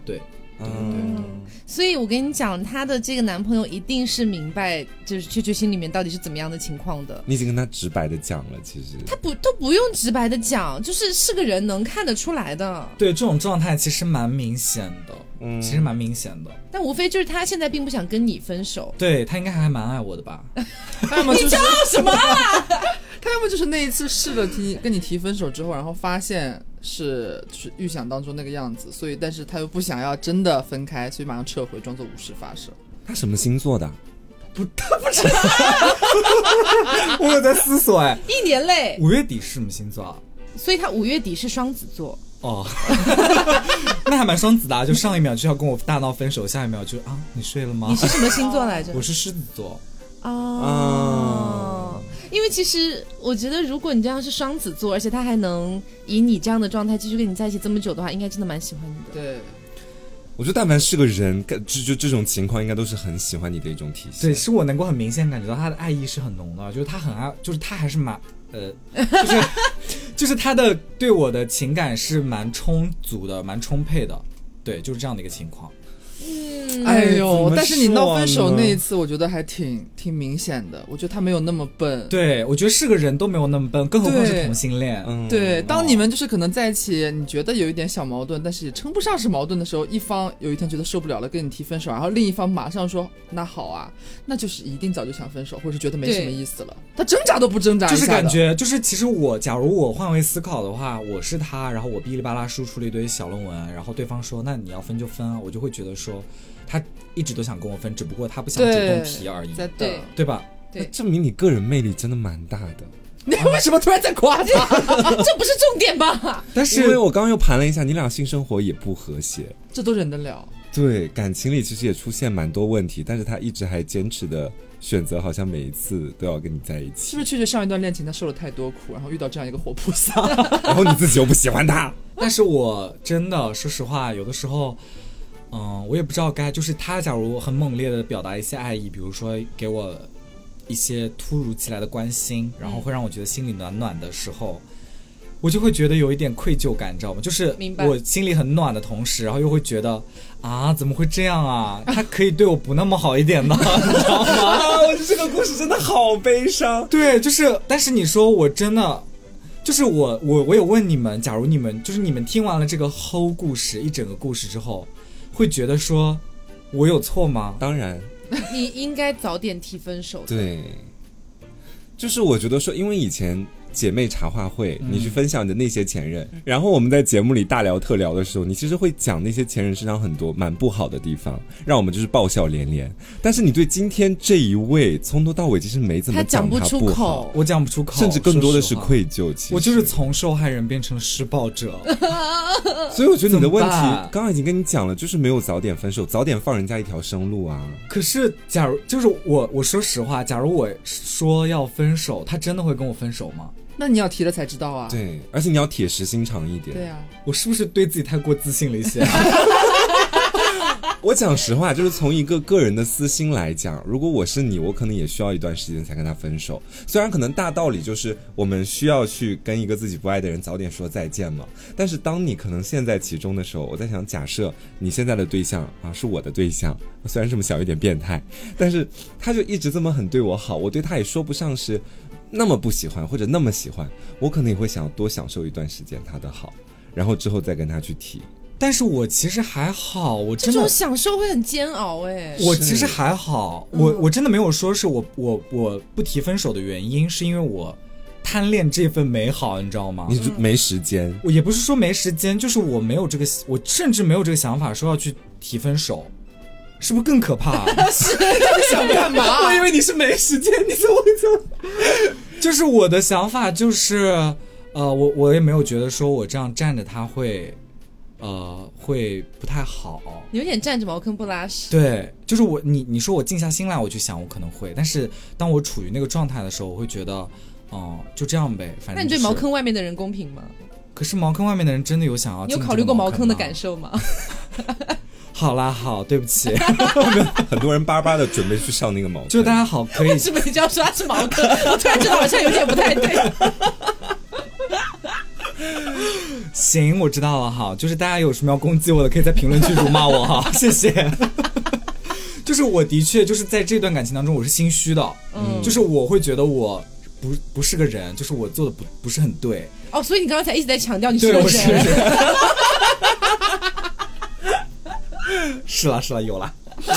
S3: 对，
S2: 嗯，
S1: 所以我跟你讲，她的这个男朋友一定是明白，就是雀雀心里面到底是怎么样的情况的。
S2: 你已经跟他直白的讲了，其实
S1: 他不都不用直白的讲，就是是个人能看得出来的。
S3: 对这种状态其实蛮明显的，嗯，其实蛮明显的。
S1: 但无非就是他现在并不想跟你分手。
S3: 对他应该还蛮爱我的吧？
S4: 他要么就是
S1: 什么？
S4: 他要么就是那一次试了提跟你提分手之后，然后发现是就是预想当中那个样子，所以但是他又不想要真的分开，所以马上撤回，装作无事发生。
S2: 他什么星座的？啊
S3: 我有在思索哎，
S1: 一年嘞，
S3: 五月底是什么星座啊？
S1: 所以他五月底是双子座。
S3: 哦， 那还蛮双子的、啊，就上一秒就要跟我大闹分手，下一秒就啊，你睡了吗
S1: 你？是什么星座来着？
S3: 我是啊狮子座，
S1: 哦，因为其实我觉得，如果你这样是双子座，而且他还能以你这样的状态继续跟你在一起这么久的话，应该真的蛮喜欢你的。
S4: 对，
S2: 我觉得但凡是个人，干就就这种情况，应该都是很喜欢你的一种体现。
S3: 对，是我能够很明显感觉到他的爱意是很浓的，就是他很爱，就是他还是蛮呃，就是 就是他的对我的情感是蛮充足的，蛮充沛的，对，就是这样的一个情况。
S4: 哎
S2: 怎么
S4: 呦
S2: 说！
S4: 但是你闹分手
S2: 呢
S4: 那一次，我觉得还挺挺明显的。我觉得他没有那么笨。
S3: 对，我觉得是个人都没有那么笨，更何况是
S4: 对
S3: 同性恋。
S2: 嗯，
S4: 对，当你们就是可能在一起，你觉得有一点小矛盾，但是也称不上是矛盾的时候，一方有一天觉得受不了了，跟你提分手，然后另一方马上说那好啊，那就是一定早就想分手，或者是觉得没什么
S1: 对
S4: 意思了，他挣扎都不挣扎
S3: 就
S4: 一
S3: 是
S4: 下的
S3: 感 觉，就是其实我，假如我换位思考的话，我是他，然后我哔哩吧啦输出了一堆小论文，然后对方说那你要分就分啊，我就会觉得说他一直都想跟我分，只不过他不想主动
S4: 对
S3: 提而已，
S4: 在
S3: 对
S4: 等
S1: 对。
S3: 吧？
S2: 那证明你个人魅力真的蛮大的。
S4: 你为什么突然在夸他？
S1: 这不是重点吧？
S3: 但
S2: 因为
S3: 是
S2: 我刚刚又盘了一下，你俩性生活也不和谐。
S4: 这都忍得了？
S2: 对，感情里其实也出现蛮多问题，但是他一直还坚持的选择，好像每一次都要跟你在一
S4: 是
S2: 起
S4: 不，是确实上一段恋情他受了太多苦，然后遇到这样一个活菩萨？
S2: 然后你自己又不喜欢他。
S3: 但是我真的说实话，有的时候，嗯，我也不知道该，就是他假如很猛烈的表达一些爱意，比如说给我一些突如其来的关心，然后
S1: 嗯
S3: 会让我觉得心里暖暖的时候。我就会觉得有一点愧疚感，你知道吗？就是
S1: 明白
S3: 我心里很暖的同时，然后又会觉得啊，怎么会这样啊？他可以对我不那么好一点吗？你知道吗？
S2: 这个故事真的好悲伤。
S3: 对，就是，但是你说我真的，就是我我我有问你们，假如你们就是你们听完了这个齁故事一整个故事之后，会觉得说我有错吗？
S2: 当然，
S1: 你应该早点提分手。
S2: 对，就是我觉得说，因为以前姐妹茶话会，
S3: 嗯
S2: 你去分享你的那些前任，然后我们在节目里大聊特聊的时候，你其实会讲那些前任身上很多蛮不好的地方，让我们就是爆笑连连。但是你对今天这一位从头到尾其实没怎
S1: 他
S2: 么
S1: 讲不
S2: 他
S1: 出
S2: 不好，
S1: 口，
S3: 我讲不出口，
S2: 甚至更多的是
S3: 说实话。
S2: 愧疚。其实
S3: 我就是从受害人变成了施暴者，
S2: 所以我觉得你的问题
S3: 怎么办
S2: 刚刚已经跟你讲了，就是没有早点分手，早点放人家一条生路啊。
S3: 可是假如就是我，我说实话，假如我说要分手，他真的会跟我分手吗？
S4: 那你要提了才知道啊。
S2: 对，而且你要铁石心肠一点。
S4: 对啊，
S3: 我是不是对自己太过自信了一些？啊
S2: 我讲实话，就是从一个个人的私心来讲，如果我是你，我可能也需要一段时间才跟他分手。虽然可能大道理就是我们需要去跟一个自己不爱的人早点说再见嘛，但是当你可能陷在其中的时候，我在想，假设你现在的对象啊是我的对象，虽然这么想有点变态，但是他就一直这么很对我好，我对他也说不上是那么不喜欢或者那么喜欢，我可能也会想要多享受一段时间他的好，然后之后再跟他去提。
S3: 但是我其实还好，我
S1: 这
S3: 真的
S1: 种享受会很煎熬哎。
S3: 我
S2: 是
S3: 其实还好，我我真的没有说是我我我不提分手的原因，是因为我贪恋这份美好，你知道吗？
S2: 你就没时间，
S3: 我也不是说没时间，就是我没有这个，我甚至没有这个想法说要去提分手，是不是更可怕？
S4: 想干嘛？
S3: 我以为你是没时间，你怎么会这么？就是我的想法就是，呃，我我也没有觉得说我这样站着他会，呃，会不太好。
S1: 你有点站着茅坑不拉屎。
S3: 对，就是我你你说我静下心来，我去想，我可能会，但是当我处于那个状态的时候，我会觉得，哦、就这样呗，反正、
S1: 那你对茅？坑外面的人公平吗？
S3: 可是茅坑外面的人啊真的有想要
S1: 你有
S3: 进
S1: 考虑过
S3: 这个
S1: 茅
S3: 茅
S1: 坑的
S3: 吗
S1: 感？受吗？
S3: 好啦，好，对不起，
S2: 很多人巴巴的准备去上那个毛，
S3: 就是大家好，可以
S1: 为什么你就要说他是茅坑？我突然觉得好像有点不太对。
S3: 行，我知道了哈。就是大家有什么要攻击我的，可以在评论区辱骂我哈，谢谢。 就是我的确就是在这段感情当中，我是心虚的，
S1: 嗯
S3: 就是我会觉得我不不是个人，就是我做的不不是很对，
S1: 哦，所以你刚刚才一直在强调你是
S3: 对
S1: 个
S3: 我是个
S1: 人。
S3: 人。 是啦是啦，有啦。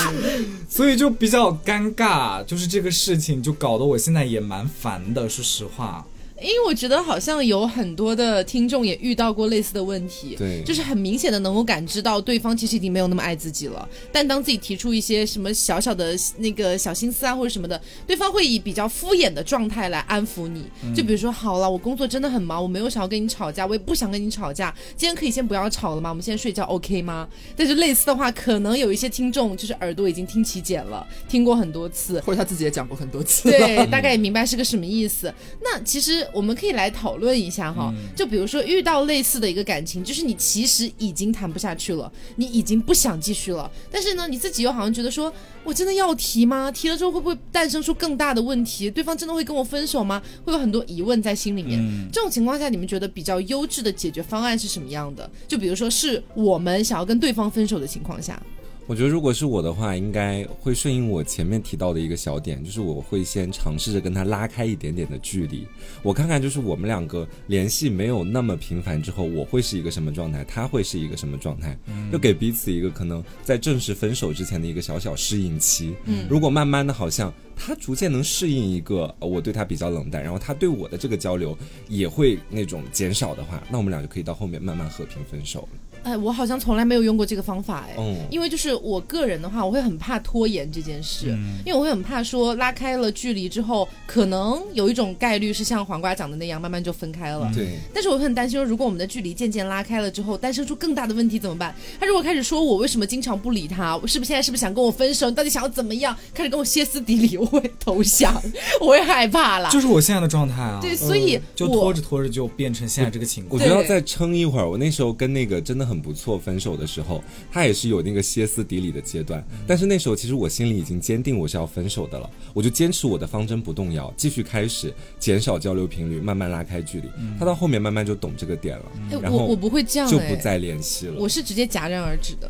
S3: 所以就比较尴尬，就是这个事情就搞得我现在也蛮烦的，说实话。
S1: 因为我觉得好像有很多的听众也遇到过类似的问题，
S2: 对
S1: 就是很明显的能够感知到对方其实已经没有那么爱自己了，但当自己提出一些什么小小的那个小心思啊或者什么的，对方会以比较敷衍的状态来安抚你，就比如说好了，我工作真的很忙，我没有想要跟你吵架，我也不想跟你吵架，今天可以先不要吵了吗？我们现在睡觉 OK 吗？但是类似的话，可能有一些听众就是耳朵已经听起茧了，听过很多次，
S4: 或者他自己也讲过很多次了。
S1: 对，大概也明白是个什么意思。那其实我们可以来讨论一下哈，就比如说遇到类似的一个感情，就是你其实已经谈不下去了，你已经不想继续了，但是呢，你自己又好像觉得说，我真的要提吗？提了之后会不会诞生出更大的问题？对方真的会跟我分手吗？会有很多疑问在心里面。这种情况下，你们觉得比较优质的解决方案是什么样的？就比如说是我们想要跟对方分手的情况下，
S2: 我觉得如果是我的话，应该会顺应我前面提到的一个小点，就是我会先尝试着跟他拉开一点点的距离，我看看就是我们两个联系没有那么频繁之后，我会是一个什么状态，他会是一个什么状态，
S3: 嗯
S2: 就给彼此一个可能在正式分手之前的一个小小适应期。嗯，如果慢慢的好像他逐渐能适应一个呃我对他比较冷淡，然后他对我的这个交流也会那种减少的话，那我们俩就可以到后面慢慢和平分手了。
S1: 哎，我好像从来没有用过这个方法哎。
S2: 嗯，
S1: 因为就是我个人的话，我会很怕拖延这件事，
S2: 嗯
S1: 因为我会很怕说拉开了距离之后，可能有一种概率是像黄瓜讲的那样，慢慢就分开了。
S2: 对。
S1: 但是我会很担心说，如果我们的距离渐渐拉开了之后，诞生出更大的问题怎么办？他如果开始说我为什么经常不理他，我是不是现在是不是想跟我分手？你到底想要怎么样？开始跟我歇斯底里，我会投降，我会害怕啦。
S3: 就是我现在的状态啊，
S1: 对，所以
S3: 就
S1: 我
S3: 拖着拖着就变成现在这个情
S2: 我
S3: 况
S2: 觉。得要
S1: 对
S2: 再撑一会儿。我那时候跟那个真的很不错分手的时候，他也是有那个歇斯底里的阶段，
S1: 嗯
S2: 但是那时候其实我心里已经坚定我是要分手的了，我就坚持我的方针不动摇，继续开始减少交流频率，慢慢拉开距离。他到后面慢慢就懂这个点了，
S1: 嗯哎
S2: 然
S1: 我
S2: 后
S1: 我不会这样
S2: 就
S1: 哎
S2: 不再联系了
S1: 我。是直接戛然而止的，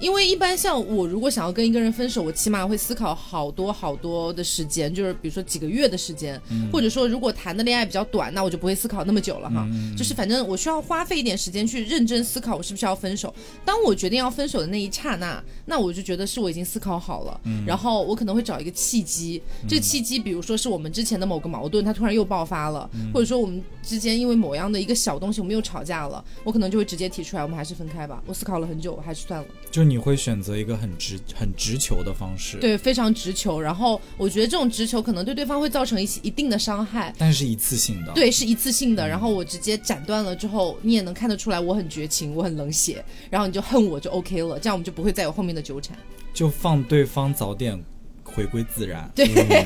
S1: 因为一般像我如果想要跟一个人分手，我起码会思考好多好多的时间，就是比如说几个月的时间，或者说如果谈的恋爱比较短，那我就不会思考那么久了哈。就是反正我需要花费一点时间去认真思考我是不是要分手。当我决定要分手的那一刹那，那我就觉得是我已经思考好了，然后我可能会找一个契机，这个契机比如说是我们之前的某个矛盾，它突然又爆发了，或者说我们之间因为某样的一个小东西，我们又吵架了，我可能就会直接提出来，我们还是分开吧。我思考了很久，我还是算了。
S3: 就你会选择一个很直、很直球的方式，，
S1: 对，非常直球。然后我觉得这种直球可能对对方会造成一些一定的伤害。
S3: 但是一次性的，，
S1: 对，是一次性的，然后我直接斩断了之后，你也能看得出来我很绝情，我很冷血，然后你就恨我就 OK 了，这样我们就不会再有后面的纠缠。
S3: 就放对方早点回归自然。
S1: 对，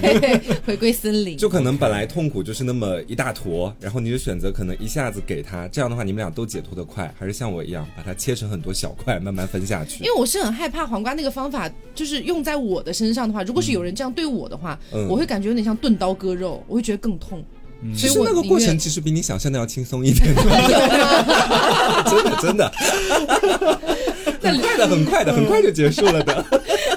S1: 回归森林。
S2: 就可能本来痛苦就是那么一大坨，然后你就选择可能一下子给他，这样的话你们俩都解脱的快，还是像我一样把它切成很多小块，慢慢分下去
S1: 因。为我是很害怕黄瓜那个方法，就是用在我的身上的话，如果是有人这样对我的话，
S2: 嗯
S1: 我会感觉有点像钝刀割肉，我会觉得更痛。
S2: 其
S3: 嗯
S1: 所以
S2: 实
S1: 我
S2: 那个
S1: 宁
S2: 过
S1: 愿
S2: 程其实比你想象的要轻松一 点。真的真的， 很快的，很快的，很快就结束了的。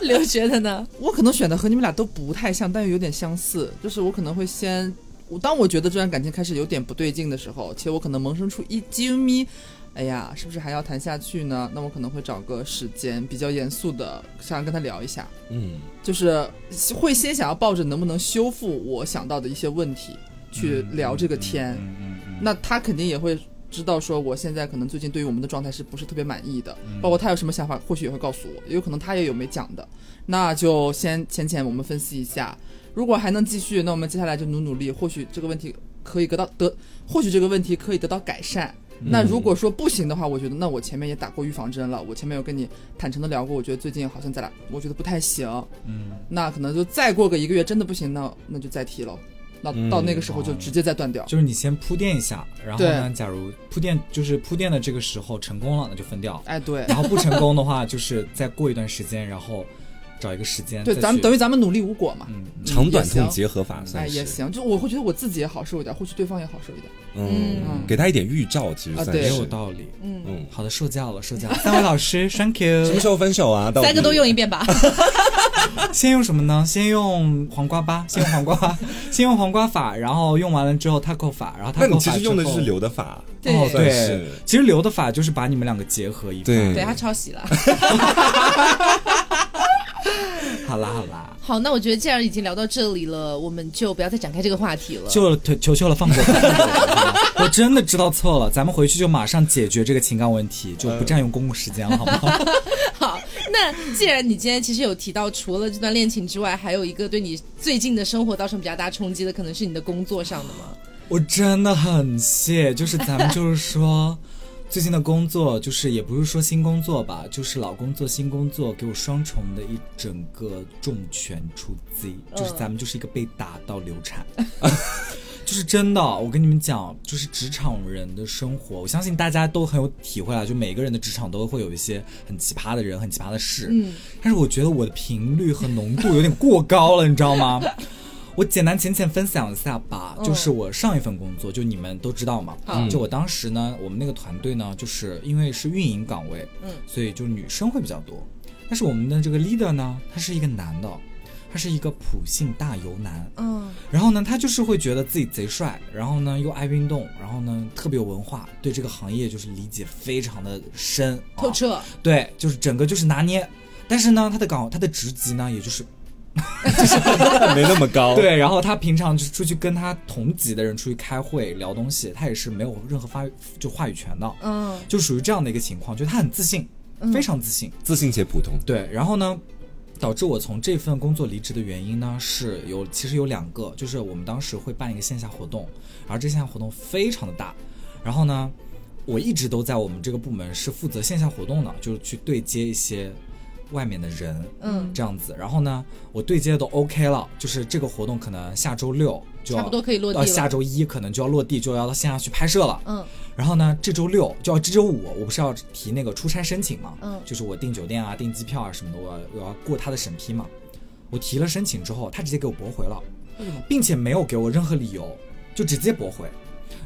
S1: 刘觉得 呢？
S4: 我可能选的和你们俩都不太像，但又有点相似。就是我可能会先，我当我觉得这段感情开始有点不对劲的时候，且我可能萌生出一啾咪，哎呀，是不是还要谈下去呢？那我可能会找个时间比较严肃的，想跟他聊一下，
S2: 嗯，
S4: 就是会先想要抱着能不能修复我想到的一些问题去聊这个天。
S3: 嗯嗯嗯，
S4: 那他肯定也会知道说我现在可能最近对于我们的状态是不是特别满意的，
S3: 嗯
S4: 包括他有什么想法，或许也会告诉我，也有可能他也有没讲的，那就先浅浅我们分析一下。如果还能继续，那我们接下来就努努力，或许这个问题可以得到得，或许这个问题可以得到改善。
S3: 嗯
S4: 那如果说不行的话，我觉得那我前面也打过预防针了，我前面有跟你坦诚的聊过，我觉得最近好像咱俩，我觉得不太行，
S3: 嗯，
S4: 那可能就再过个一个月真的不行，那那就再提喽，那到那个时候就直接再断掉。
S3: 嗯哦就是你先铺垫一下，然后呢，
S4: 对
S3: 假如铺垫就是铺垫的这个时候成功了，那就分掉；
S4: 哎，对
S3: 然后不成功的话，就是再过一段时间，然后找一个时间再
S4: 对，
S3: 去。
S4: 咱们等于咱们努力无果嘛，
S3: 嗯，
S2: 长短
S4: 也
S2: 痛
S4: 行
S2: 结合法
S4: 哎
S2: 算
S4: 也
S2: 是，
S4: 行，就我会觉得我自己也好受一点，或许对方也好受一点。
S2: 嗯
S4: 嗯，
S2: 给他一点预兆，其实
S4: 啊
S2: 算
S4: 对
S3: 也有
S2: 是。
S3: 道理。
S1: 嗯，
S2: 嗯，
S3: 好的，受教了，受 教了。三位老师，thank
S2: 什么
S3: you。
S2: 时候分手啊？到底
S1: 三个都用一遍 吧。
S3: 先用什么呢？先用黄瓜吧，先用黄 瓜，先用黄瓜法，然后用完了之后 taco 法，然后
S2: 那
S3: taco 法
S2: 你其实
S3: 之
S2: 用的
S3: 后
S2: 是留的法，
S1: 对
S3: 哦，
S2: 算
S3: 对
S2: 是，
S3: 其实留的法就是把你们两个结合一发。
S2: 对
S1: 对他抄袭了。
S3: 好啦好啦，
S1: 好，那我觉得既然已经聊到这里了，我们就不要再展开这个话题了。
S3: 就求求了，放过我，放过我！ 我真的知道错了，咱们回去就马上解决这个情感问题，就不占用公共时间了，好吗？
S1: 好，那既然你今天其实有提到，除了这段恋情之外，还有一个对你最近的生活造成比较大冲击的，可能是你的工作上的吗？
S3: 我真的很谢，就是咱们就是说。 最近的工作就是也不是说新工作吧，就是老工作新工作给我双重的一整个重拳出击，就是
S1: 嗯
S3: 咱们就是一个被打到流产，就是真的。我跟你们讲，就是职场人的生活，我相信大家都很有体会啊，就每个人的职场都会有一些很奇葩的人，很奇葩的事。
S1: 嗯，
S3: 但是我觉得我的频率和浓度有点过高了，你知道 吗？我简单浅浅分享一下吧，
S1: 嗯
S3: 就是我上一份工作，就你们都知道嘛
S1: 好，
S3: 就我当时呢，我们那个团队呢，就是因为是运营岗位，
S1: 嗯
S3: 所以就女生会比较多，但是我们的这个 leader 呢，他是一个男的，他是一个普信大油男，
S1: 嗯，
S3: 然后呢，他就是会觉得自己贼帅，然后呢又爱运动，然后呢特别有文化，对这个行业就是理解非常的深，啊
S1: 透
S2: 哦
S1: 彻，
S3: 对，就是整个就是拿捏。但是呢，他的岗他的职级呢，也就是
S2: 没那么高。，
S3: 对，然后他平常就是出去跟他同级的人出去开会聊东西，他也是没有任何发就话语权的，
S1: 嗯
S3: 就属于这样的一个情况，就他很自信，非常自信。
S2: 自信且普通。
S3: 对，然后呢，导致我从这份工作离职的原因呢，是有其实有两个，就是我们当时会办一个线下活动，而这线下活动非常的大，然后呢，我一直都在我们这个部门是负责线下活动的，就是去对接一些外面的人，
S1: 嗯，
S3: 这样子。然后呢，我对接的都 OK 了，就是这个活动可能下周六就要
S1: 差不多可以落地
S3: 到
S1: 了。
S3: 啊下周一可能就要落地，就要到线下去拍摄了。
S1: 嗯
S3: 然后呢，这周六就要这周五，我不是要提那个出差申请嘛，
S1: 嗯
S3: 就是我订酒店啊、订机票啊什么的，我要我要过他的审批嘛。我提了申请之后，他直接给我驳回了，并且没有给我任何理由，就直接驳回。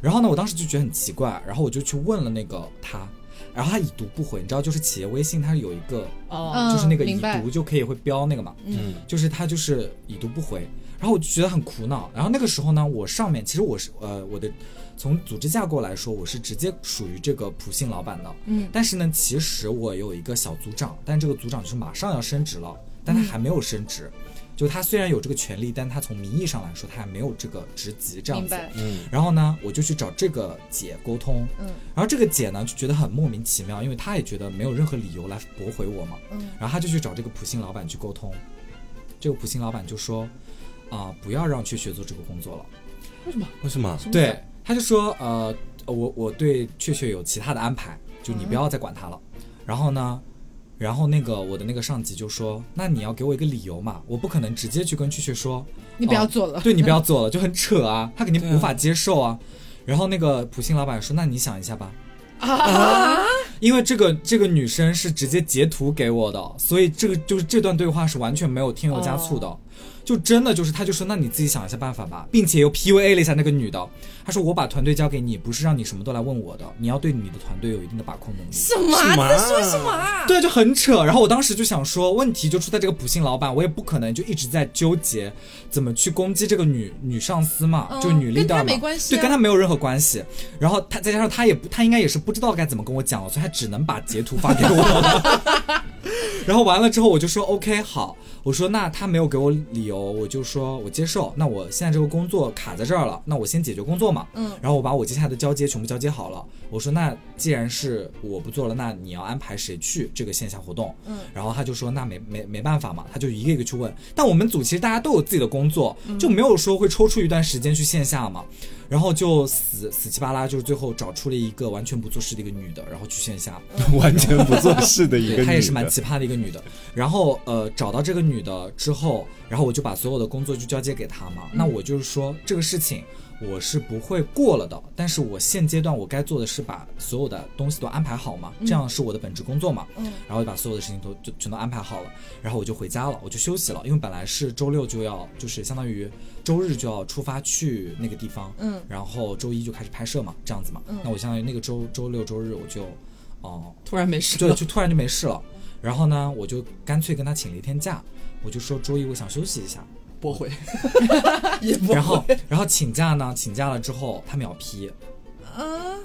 S3: 然后呢，我当时就觉得很奇怪，然后我就去问了那个他，然后他已读不回，你知道，就是企业微信它是有一个，
S4: 哦，
S1: 嗯，
S3: 就是那个已
S1: 明白
S3: 读，就可以会标那个嘛，
S1: 嗯
S3: 就是他就是已读不回，然后我就觉得很苦恼。然后那个时候呢，我上面其实我是呃我的从组织架构来说，我是直接属于这个普信老板的，
S1: 嗯
S3: 但是呢，其实我有一个小组长，但这个组长就是马上要升职了，但
S1: 嗯
S3: 他还没有升职。就他虽然有这个权利，但他从名义上来说，他还没有这个职级这样
S1: 明
S3: 子。
S1: 白，
S2: 嗯
S3: 然后呢，我就去找这个姐沟通，
S1: 嗯
S3: 然后这个姐呢就觉得很莫名其妙，因为她也觉得没有任何理由来驳回我嘛，
S1: 嗯
S3: 然后她就去找这个普信老板去沟通，这个普信老板就说，啊、不要让雀雀做这个工作了，
S4: 为什么？
S2: 为什么？
S1: 嗯
S3: 对，他就说，呃，我我对雀雀有其他的安排，就你不要再管他了。
S1: 嗯
S3: 然后呢，然后那个我的那个上级就说，那你要给我一个理由嘛，我不可能直接去跟雀雀说，
S1: 你不要
S3: 哦
S1: 做了。
S3: 对你不要做了，就很扯啊，他肯定
S2: 对啊
S3: 无法接受啊。然后那个普信老板说：“那你想一下吧。”啊，因为这个这个女生是直接截图给我的，所以这个就是这段对话是完全没有添油加醋的，就真的就是他就说：“那你自己想一下办法吧。”并且又 PUA 了一下那个女的，他说：“我把团队交给你，不是让你什么都来问我的，你要对你的团队有一定的把控能力。”
S1: 什么啊？
S2: 什么啊
S1: 你在说什么啊？
S3: 对，就很扯。然后我当时就想说，问题就出在这个普信老板，我也不可能就一直在纠结怎么去攻击这个女女上司嘛，
S1: 嗯
S3: 就女
S1: 跟
S3: leader
S1: 他
S3: 嘛，
S1: 没关系啊
S3: 对，跟他没有任何关系。然后 他再加上他也不，他应该也是不知道该怎么跟我讲了，所以他只能把截图发给我。然后完了之后，我就说 OK 好，我说那他没有给我理由，我就说我接受。那我现在这个工作卡在这儿了，那我先解决工作嘛。
S1: 嗯，
S3: 然后我把我接下来的交接全部交接好了。我说那既然是我不做了，那你要安排谁去这个线下活动？
S1: 嗯，
S3: 然后他就说那没没没办法嘛，他就一个一个去问。但我们组其实大家都有自己的工作，
S1: 嗯
S3: 就没有说会抽出一段时间去线下嘛。然后就死死气巴拉，就是最后找出了一个完全不做事的一个女的，然后去线下。
S2: 完全不做事的一个
S3: 对，
S2: 女
S3: 她也是
S2: 的
S3: 蛮奇葩的一个女的。然后呃，找到这个女的之后，然后我就把所有的工作就交接给她嘛。
S1: 嗯
S3: 那我就是说这个事情我是不会过了的，但是我现阶段我该做的是把所有的东西都安排好嘛，这样是我的本职工作嘛。
S1: 嗯
S3: 然后就把所有的事情都就全都安排好了，然后我就回家了，我就休息了，因为本来是周六就要，就是相当于周日就要出发去那个地方，
S1: 嗯
S3: 然后周一就开始拍摄嘛，这样子嘛。那我相当于那个周周六周日我就，哦、
S4: 突然没事
S3: 对，
S4: 了，
S3: 就突然就没事了。然后呢，我就干脆跟他请了一天假，我就说周一我想休息一下，
S4: 驳 回，也驳
S3: 然后然后请假呢，请假了之后他秒批，
S1: 啊，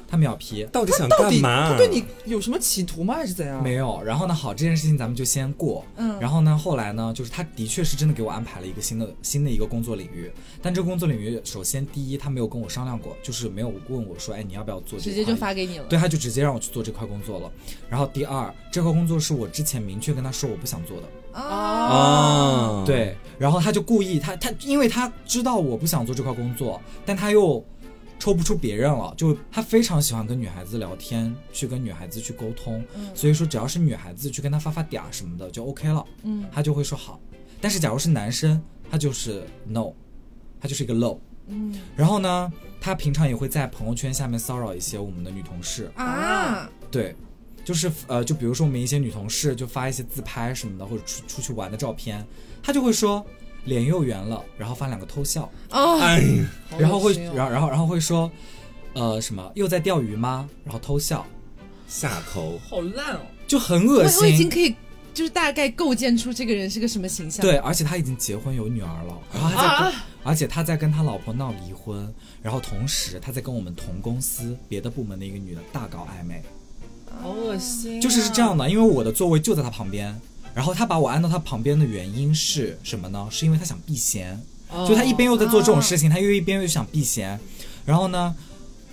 S3: 他秒批。
S2: 到底想
S4: 到
S2: 干
S4: 底
S2: 嘛？
S4: 他对你有什么企图吗？还是怎样？
S3: 啊没有，然后呢？好，这件事情咱们就先过。
S1: 嗯
S3: 然后呢？后来呢？就是他的确是真的给我安排了一个新的新的一个工作领域，但这个工作领域，首先第一，他没有跟我商量过，就是没有问我说，哎，你要不要做这
S1: 直
S3: 个？
S1: 接就发给你了。
S3: 对，他就直接让我去做这块工作了。然后第二，这块工作是我之前明确跟他说我不想做的，
S1: 哦啊，
S2: 啊，，
S3: 对，然后他就故意，他他因为他知道我不想做这块工作，但他又抽不出别人了，就他非常喜欢跟女孩子聊天，去跟女孩子去沟通，
S1: 嗯
S3: 所以说只要是女孩子去跟他发发嗲什么的就 OK 了，
S1: 嗯，
S3: 他就会说好。但是假如是男生，他就是 no，他就是一个 low。
S1: 嗯
S3: 然后呢，他平常也会在朋友圈下面骚扰一些我们的女同事，
S1: 啊，
S3: 对，就是呃，就比如说我们一些女同事就发一些自拍什么的，或者出出去玩的照片，她就会说脸又圆了，然后发两个偷笑，
S1: 哦，
S2: 哎，
S4: 好恶心哦，
S3: 然后会，然后然后然后会说，呃，什么又在钓鱼吗？然后偷笑，
S2: 下头。
S4: 好烂哦，
S3: 就很
S1: 我
S3: 恶
S1: 我已经
S3: 心。
S1: 可以就是大概构建出这个人是个什么形象。，
S3: 对，而且他已经结婚有女儿了，然后他
S1: 啊
S3: 在跟，而且他在跟他老婆闹离婚，然后同时他在跟我们同公司别的部门的一个女的大搞暧昧。
S4: 好恶心啊，
S3: 就是是这样的，因为我的座位就在他旁边，然后他把我按到他旁边的原因是什么呢？是因为他想避嫌，
S4: 哦，
S3: 就他一边又在做这种事情，他又一边又想避嫌，然后呢，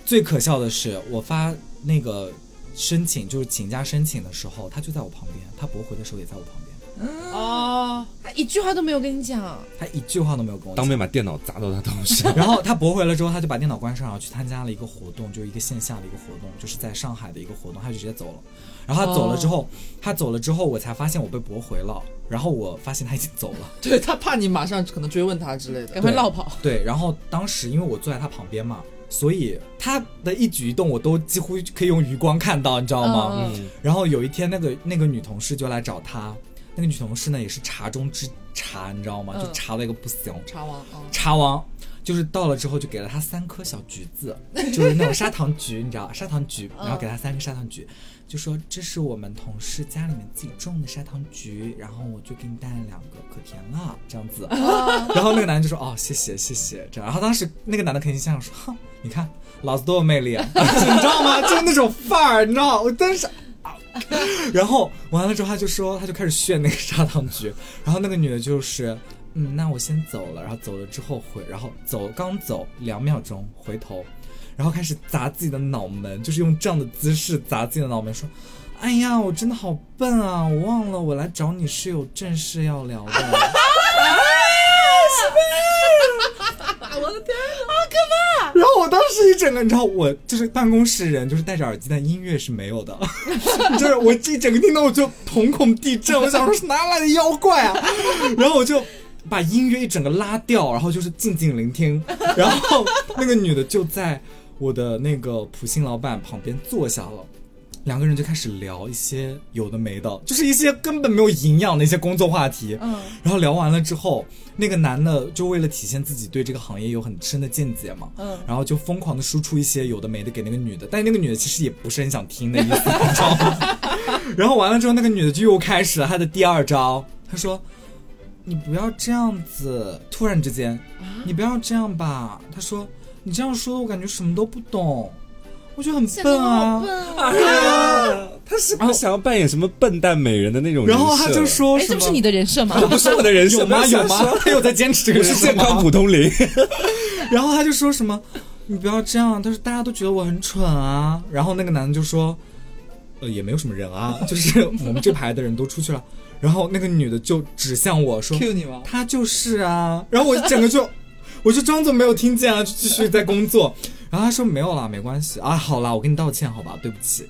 S3: 最可笑的是我发那个申请就是请假申请的时候，他就在我旁边，他驳回的时候也在我旁边，
S4: 哦，
S1: 他啊一句话都没有跟你讲。
S3: 他一句话都没有跟我
S2: 当
S3: 讲。，
S2: 面把电脑砸到他头上
S3: 然后他驳回了之后，他就把电脑关上，然后去参加了一个活动，就是一个线下的一个活动，就是在上海的一个活动，他就直接走了。然后他走了之后，
S1: 哦
S3: 他走了之后，我才发现我被驳回了，然后我发现他已经走了。
S4: 对他怕你马上可能追问他之类的，
S1: 赶快落跑。
S3: 对，然后当时因为我坐在他旁边嘛，所以他的一举一动我都几乎可以用余光看到，你知道吗？
S1: 嗯
S3: 然后有一天，那个那个女同事就来找他，那个女同事呢也是茶中之茶，你知道吗？就
S1: 嗯
S3: 茶到一个不行，
S4: 茶王啊，
S3: 茶王就是到了之后就给了他三颗小橘子， 就是那种砂糖橘，你知道砂糖橘，然后给他三个砂糖橘，就说这是我们同事家里面自己种的砂糖橘，然后我就给你带了两个，可甜了，这样子。 然后那个男的就说哦谢谢谢谢，这样。然后当时那个男的肯定心想说， 哼，你看老子多有魅力啊， 就是你知道吗？就是那种范儿，你知道吗，我当时。啊 然后完了之后，他就说，他就开始炫那个砂糖橘，然后那个女的就是，嗯，那我先走了，然后走了之后回，然后走刚走两秒钟回头，然后开始砸自己的脑门，就是用这样的姿势砸自己的脑门，说，哎呀，我真的好笨啊，我忘了我来找你是有正事要聊的。然后我当时一整个，你知道，我就是办公室人，就是戴着耳机，但音乐是没有的， 就是我这一整个听到我就瞳孔地震，我想说是哪来的妖怪啊？然后我就把音乐一整个拉掉，然后就是静静聆听，然后那个女的就在我的那个普信老板旁边坐下了。两个人就开始聊一些有的没的，就是一些根本没有营养的一些工作话题。
S1: 嗯
S3: 然后聊完了之后，那个男的就为了体现自己对这个行业有很深的见解嘛，
S1: 嗯
S3: 然后就疯狂的输出一些有的没的给那个女的，但那个女的其实也不是很想听的意思，你知 道吗？然后完了之后，那个女的就又开始了她的第二招，她说：“你不要这样子，突然之间，你不要这样吧。”她说：“你这样说的我感觉什么都不懂。”我觉得很
S1: 显得
S3: 笨
S1: 我好
S3: 啊。
S1: 哦笨啊！
S2: 啊，他是不是想要扮演什么笨蛋美人的那种人
S3: 然
S2: 设？
S3: 后他就说
S1: 哎，
S3: 什
S1: 这
S3: 么
S1: 不是你的人设吗？
S2: 这不是我的人
S3: 有
S2: 设
S3: 吗？有？
S2: 不要
S3: 吗
S2: 瞎说？
S3: 他有在坚持这个
S2: 我
S3: 事
S2: 是
S3: 情
S2: 健
S3: 吗
S2: 康普通 灵，
S3: 然后他就说什么：“你不要这样。”他说：“大家都觉得我很蠢啊。”然后那个男的就说：“呃，也没有什么人啊，就是我们这排的人都出去了。”然后那个女的就指向我说
S4: Q 你吗：“？
S3: 他就是啊。”然后我整个就， 我就装作没有听见啊，就继续在工作。然后他说：“没有啦，没关系啊，好啦，我跟你道歉，好吧，对不起。”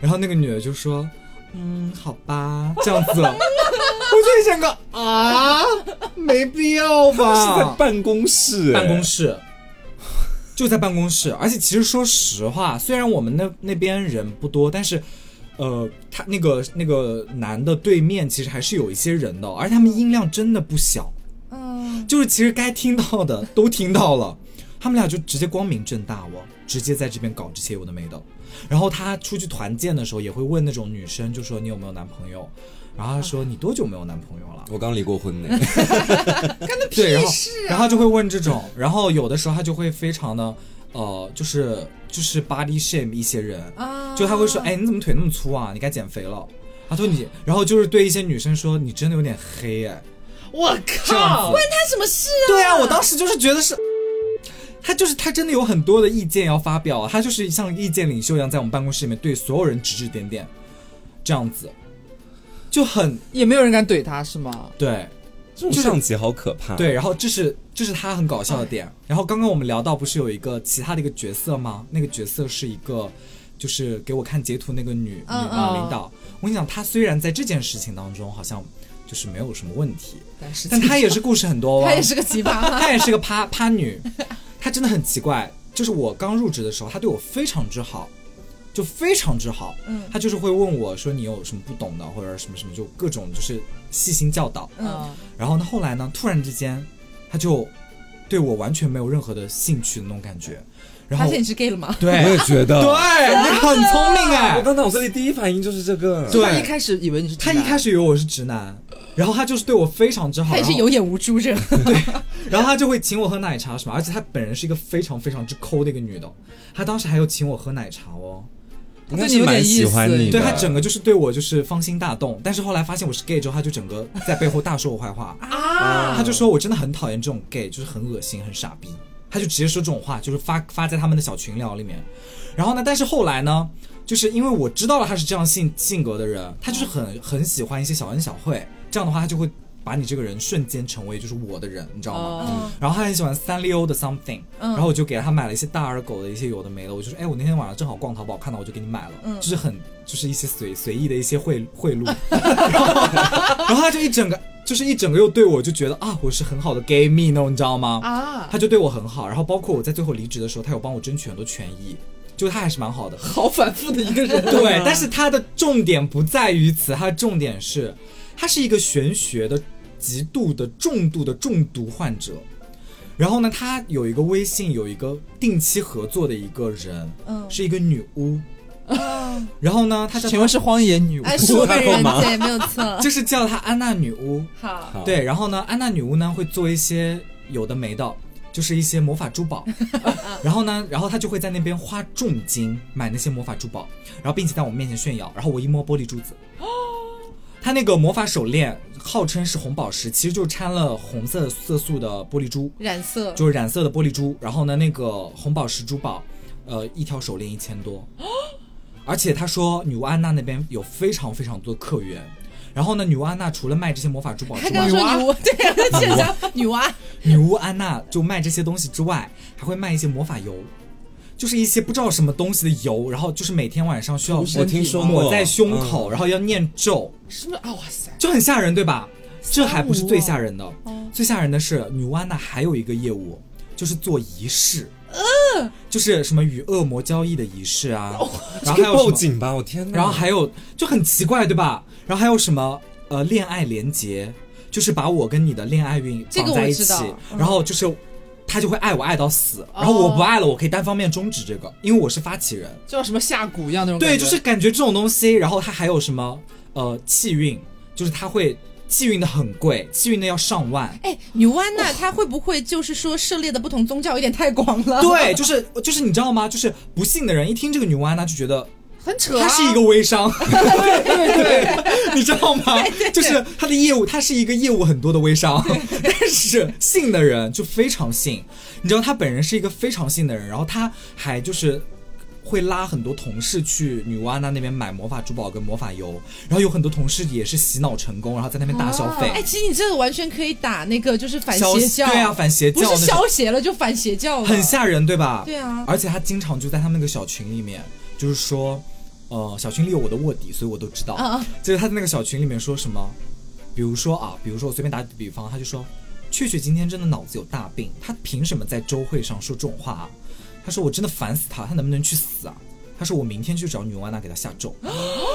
S3: 然后那个女的就说：“嗯，好吧，这样子。”我就一整个啊，没必要 吧？
S2: 是在办公室，
S3: 啊
S2: 哎
S3: 办公室，就在办公室。而且其实说实话，虽然我们那那边人不多，但是。呃，他那个那个男的对面其实还是有一些人的，哦而他们音量真的不小，
S1: 嗯，
S3: 就是其实该听到的都听到了，他们俩就直接光明正大哦，直接在这边搞这些有的没的。然后他出去团建的时候也会问那种女生，就说你有没有男朋友，然后他说你多久没有男朋友了？
S2: 我刚离过婚 呢，
S3: 对，然后然后就会问这种，然后有的时候他就会非常的呃，就是就是 body shame 一些人，
S1: 啊，
S3: 就他会说，哎，你怎么腿那么粗啊？你该减肥了。他说你，然后就是对一些女生说你真的有点黑哎，
S4: 我
S3: 这样
S4: 靠
S3: 子，！
S1: 干什么事啊？
S3: 对啊，我当时就是觉得是。他就是他真的有很多的意见要发表啊，他就是像意见领袖一样，在我们办公室里面对所有人指指点点，这样子，就很
S4: 也没有人敢怼他是吗？
S3: 对。
S2: 这种上级好可怕。，
S3: 对，然后这是这是他很搞笑的点。然后刚刚我们聊到，不是有一个其他的一个角色吗？那个角色是一个，就是给我看截图那个女女
S1: 嗯
S3: 啊
S1: 嗯
S3: 领导。我跟你讲，她虽然在这件事情当中好像就是没有什么问 题，
S4: 但是
S3: 但她也是故事很多、哦。
S1: 他也是 个奇葩。
S3: 她也是个趴趴女，她真的很奇怪。就是我刚入职的时候，她对我非常之好，就非常之好。
S1: 嗯
S3: 她就是会问我说你有什么不懂的，或者什么什么，就各种就是细心教导。
S1: 嗯，
S3: 然后呢，后来呢，突然之间，他就对我完全没有任何的兴趣的那种感觉。然
S1: 发
S3: 后
S1: 现你是 gay 了吗？
S3: 对啊
S2: 我也觉得。
S3: 对，你很聪明
S2: 我
S3: 哎。
S2: 刚脑子里第一反应就是这个。
S3: 对
S4: 他一开始以为你是
S3: 他一开
S4: 始
S3: 始以为我是直男，然后他就是对我非常之好，
S1: 他也是
S3: 然后
S1: 有眼无珠这。
S3: 然后他就会请我喝奶茶什么，而且他本人是一个非常非常之抠的一个女的，她当时还有请我喝奶茶哦，
S2: 应该是蛮喜欢你的。
S3: 对她整个就是对我就是芳心大动，但是后来发现我是 gay 之后，她就整个在背后大说我坏话，
S1: 啊，
S3: 他就说我真的很讨厌这种 gay，就是很恶心、很傻逼。他就直接说这种话，就是发发在他们的小群聊里面。然后呢，但是后来呢，就是因为我知道了他是这样性性格的人，他就是很很喜欢一些小恩小惠。这样的话，他就会把你这个人瞬间成为就是我的人，你知道吗？
S1: 哦
S3: 然后他很喜欢三丽鸥的 something，、
S1: 嗯
S3: 然后我就给他买了一些大耳狗的一些有的没的，我就说，哎，我那天晚上正好逛淘宝看到，我就给你买了，
S1: 嗯
S3: 就是很就是一些随随意的一些贿贿赂，然后 然后他就一整个就是一整个又对我就觉得啊，我是很好的 gay 蜜那种，你知道吗？
S4: 啊，
S3: 他就对我很好，然后包括我在最后离职的时候，他有帮我争取很多权益，就他还是蛮好的。
S4: 好反复的一个 人，
S3: 对，但是他的重点不在于此，他的重点是，他是一个玄学的极度的重度的中毒患者。然后呢，他有一个微信，有一个定期合作的一个人，
S1: 嗯
S3: 是一个女巫。
S1: 嗯，
S3: 然后呢，他叫
S4: 请问是荒野女巫？
S1: 哎，是我本人对，没有错。
S3: 就是叫她安娜女巫。
S1: 好，
S2: 好，
S3: 对，然后呢，安娜女巫呢会做一些有的没的，就是一些魔法珠宝。然后呢，然后她就会在那边花重金买那些魔法珠宝，然后并且在我面前炫耀。然后我一摸玻璃珠子，她那个魔法手链号称是红宝石，其实就掺了红色色素的玻璃珠，
S1: 染色
S3: 就是染色的玻璃珠。然后呢，那个红宝石珠宝，呃，一条手链一千多。而且她说，女巫安娜那边有非常非常多的客源。然后呢，女巫安娜除了卖这些魔法珠宝之
S1: 他刚
S3: 外，
S1: 刚说女巫，对， 他讲讲女娲，
S3: 女巫安娜就卖这些东西之外，还会卖一些魔法油，就是一些不知道什么东西的油，然后就是每天晚上需要
S2: 我听说过嗯
S3: 抹在胸口，然后要念咒，
S4: 是不是啊？哇塞，
S3: 就很吓人，对吧？这还不是最
S1: 啊
S3: 吓人哦的，最吓人的是女巫安娜还有一个业务，就是做仪式，呃就是什么与恶魔交易的仪式啊，然后还有什
S2: 报
S3: 么
S2: 警吧！我天
S1: 嗯
S2: 哪！
S3: 然后还有就很奇怪，对吧？然后还有什么呃恋爱连结，就是把我跟你的恋爱运
S1: 这个
S3: 绑在
S1: 我
S3: 一
S1: 知
S3: 起，
S1: 道嗯
S3: 然后就是他就会爱我爱到死，然后
S1: 哦
S3: 我不爱了，我可以单方面终止这个，因为我是发起人。
S4: 就像什么下蛊一样那种感
S3: 对，
S4: 觉。
S3: 就是感觉这种东西，然后他还有什么呃气运，就是他会气运的很贵，气运的要上万。
S1: 哎，女娲娜她会不会就是说涉猎的不同宗教有点太广了？
S3: 对，就是就是你知道吗？就是不信的人一听这个女娲娜就觉得。
S4: 很扯、啊，
S3: 他是一个微商， 对对对，你知道吗？就是他的业务，他是一个业务很多的微商， 但是信的人就非常信。你知道他本人是一个非常信的人，然后他还就是会拉很多同事去女娲那那边买魔法珠宝跟魔法油，然后有很多同事也是洗脑成功，然后在那边大消费。
S1: 哎，其实你这个完全可以打那个就是反
S3: 消
S1: 邪教，
S3: 对啊，啊反邪教
S1: 不是消邪了就反邪教了，
S3: 很吓人，对吧？
S1: 对啊，
S3: 而且他经常就在他们那个小群里面，就是说。呃，小群里有我的卧底，所以我都知道。
S1: 啊
S3: 就是他在那个小群里面说什么，比如说啊，比如说我随便打个比方，他就说，雀雀今天真的脑子有大病，他凭什么在周会上说这种话啊？他说我真的烦死他，他能不能去死啊？他说我明天去找女娲娜给他下咒。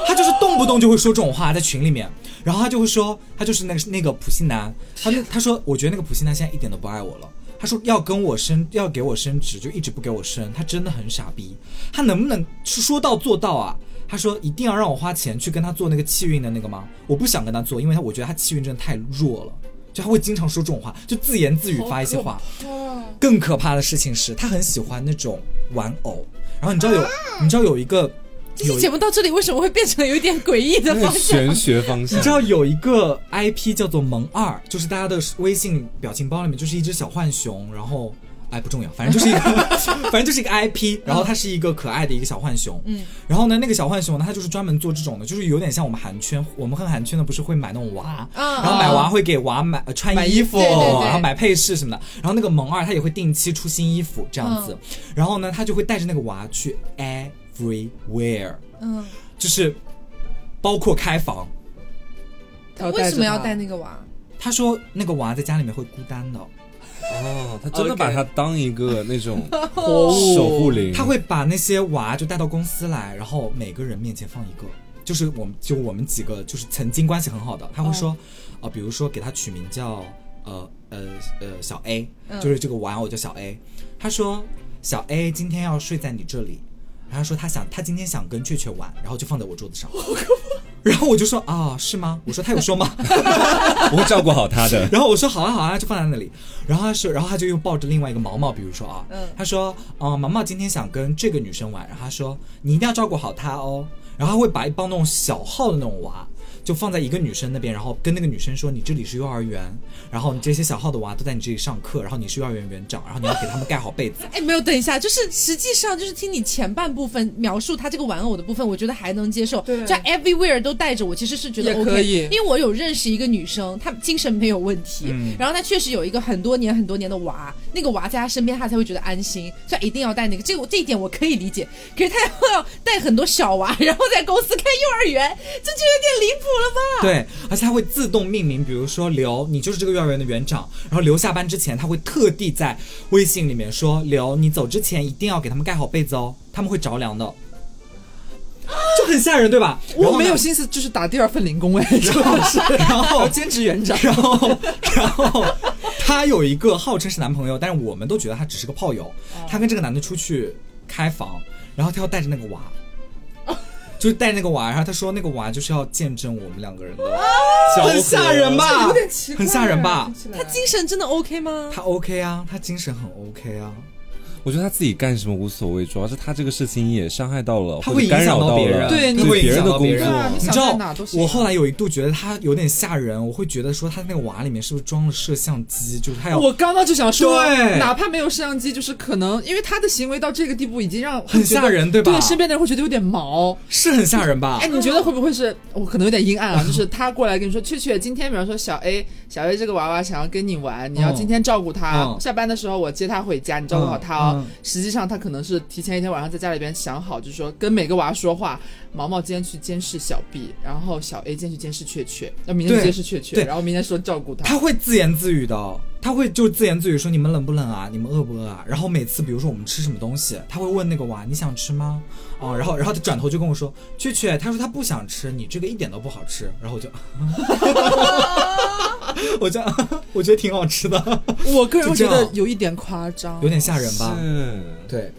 S3: 他就是动不动就会说这种话在群里面，然后他就会说，他就是那个那个普信男，他就他说我觉得那个普信男现在一点都不爱我了。他说要跟我升，要给我升职，就一直不给我升，他真的很傻逼。他能不能说到做到啊？他说一定要让我花钱去跟他做那个气运的那个吗？我不想跟他做，因为他我觉得他气运真的太弱了，就他会经常说这种话，就自言自语发一些话。更可怕的事情是他很喜欢那种玩偶，然后你知道有，你知道有一个。
S1: 啊这期节目到这里为什么会变成有一点诡异的
S2: 那
S1: 方
S2: 个
S1: 向？
S2: 玄学方向
S3: 你知，道有一个 IP 叫做萌二，就是大家的微信表情包里面就是一只小浣熊，然后哎不重要，反正就是一个，反正就是一个
S1: 嗯
S3: IP，然后它是一个可爱的一个小浣熊，嗯，然后呢那个小浣熊呢，它就是专门做这种的，就是有点像我们韩圈，我们和韩圈的不是会买那种娃，
S1: 嗯
S3: 然后买娃会给娃买、呃
S4: 买
S3: 穿
S4: 衣
S3: 衣服，
S4: 服
S1: 对对对
S3: 然后买配饰什么的，然后那个萌二它也会定期出新衣服这样子，然后呢它就会带着那个娃去 everywhere，
S1: 嗯，
S3: 就是包括开房。
S4: 要带着
S1: 为什么要
S4: 他
S1: 带那个娃？
S3: 他说那个娃在家里面会孤单的，
S2: 哦，他真的
S4: OK
S2: 把它当一个那 种
S4: 活物
S2: 守护灵，
S3: 哦他会把那些娃就带到公司来，然后每个人面前放一个，就是我们就我们几个就是曾经关系很好的，他会说，啊、比如说给他取名叫呃呃呃小 A，就是这个玩偶叫小 A，、他说小 A 今天要睡在你这里，然后他说他想他今天想跟雀雀玩，然后就放在我桌子上，然后我就说啊是吗？我说他有说吗？。
S2: 我会照顾好他的
S3: 然后我说好啊好啊，就放在那里。然后他说，然后他就又抱着另外一个毛毛，比如说啊，他说，嗯，毛毛今天想跟这个女生玩，然后他说你一定要照顾好她哦。然后他会把一帮那种小号的那种娃，就放在一个女生那边，然后跟那个女生说，你这里是幼儿园，然后你这些小号的娃都在你这里上课，然后你是幼儿园园长，然后你要给他们盖好被子。
S1: 哎，没有，等一下，就是实际上就是听你前半部分描述他这个玩偶的部分，我觉得还能接受。
S4: 对
S1: 就 everywhere 都带着我，其实是觉得
S4: 也
S1: OK，嗯
S4: 可以
S1: 因为我有认识一个女生，她精神没有问题，然后她确实有一个很多年很多年的娃，那个娃在她身边，她才会觉得安心，所以一定要带那个。这个我这一点我可以理解，可是她要带很多小娃，然后在公司开幼儿园，这就有点离谱了
S4: 啊
S1: 吧？
S3: 对，而且他会自动命名，比如说刘，你就是这个幼儿园的园长。然后刘下班之前，他会特地在微信里面说，刘，你走之前一定要给他们盖好被子哦，他们会着凉的，就很吓人，对吧？然
S4: 我
S3: 后
S4: 没
S3: 呢
S4: 有心思，就是打第二份零工哎， 就是
S3: 然后
S4: 兼职园长。
S3: 然后，然后她有一个号称是男朋友，但是我们都觉得她只是个炮友。她跟这个男的出去开房，然后她要带着那个娃，就是带那个娃，然后她说那个娃就是要见证我们两个人的交合，
S2: 很吓人吧
S4: 有点奇怪，
S3: 很吓人吧？
S1: 她精神啊真的 OK 吗？
S3: 她 OK 啊，她精神很 OK 啊，
S2: 哦我觉得他自己干什么无所谓，主要是他这个事情也伤害到了，
S3: 她
S2: 或
S3: 会
S2: 者
S3: 影
S2: 干
S3: 响
S2: 扰
S3: 到别
S2: 了
S3: 人，
S4: 对
S2: 对
S4: 你
S3: 会影响
S2: 人的
S3: 到
S2: 工
S3: 别人
S4: 对啊
S2: 作
S4: 你。
S3: 你
S4: 想
S3: 知
S4: 在
S3: 道
S4: 哪都，行
S3: 我后来有一度觉得她有点吓人，我会觉得说她那个娃里面是不是装了摄像机，就是她要
S4: 我刚刚就想说，
S3: 对
S4: 哪怕没有摄像机，就是可能因为他的行为到这个地步，已经让
S3: 很吓人对吧
S4: 对，身边的人会觉得有点毛。
S3: 是很吓人吧
S4: 哎，？你觉得会不会是我可能有点阴暗啊？就是他过来跟你说，雀雀，今天比方说小 A，小 A 这个娃娃想要跟你玩，你要
S3: 嗯
S4: 今天照顾他，
S3: 嗯
S4: 下班的时候我接他回家，你照顾好他哦。
S3: 嗯嗯
S4: 实际上他可能是提前一天晚上在家里边想好，就是说跟每个娃说话，毛毛今天去监视小 B，然后小 A 今天去监视雀雀，要明天去
S3: 对
S4: 监视雀雀，
S3: 对
S4: 然后明天说照顾
S3: 他会自言自语的，他会就自言自语说你们冷不冷啊，你们饿不饿啊？然后每次比如说我们吃什么东西，他会问那个娃你想吃吗？哦，然后然后他转头就跟我说雀雀，他说他不想吃，你这个一点都不好吃。然后我就， 我就我觉得挺好吃的，
S4: 我个人会觉
S3: 就这
S4: 得
S3: 样哦
S4: 有一点夸张
S2: 啊
S3: 有，点吓人吧？
S2: 是，
S3: 对，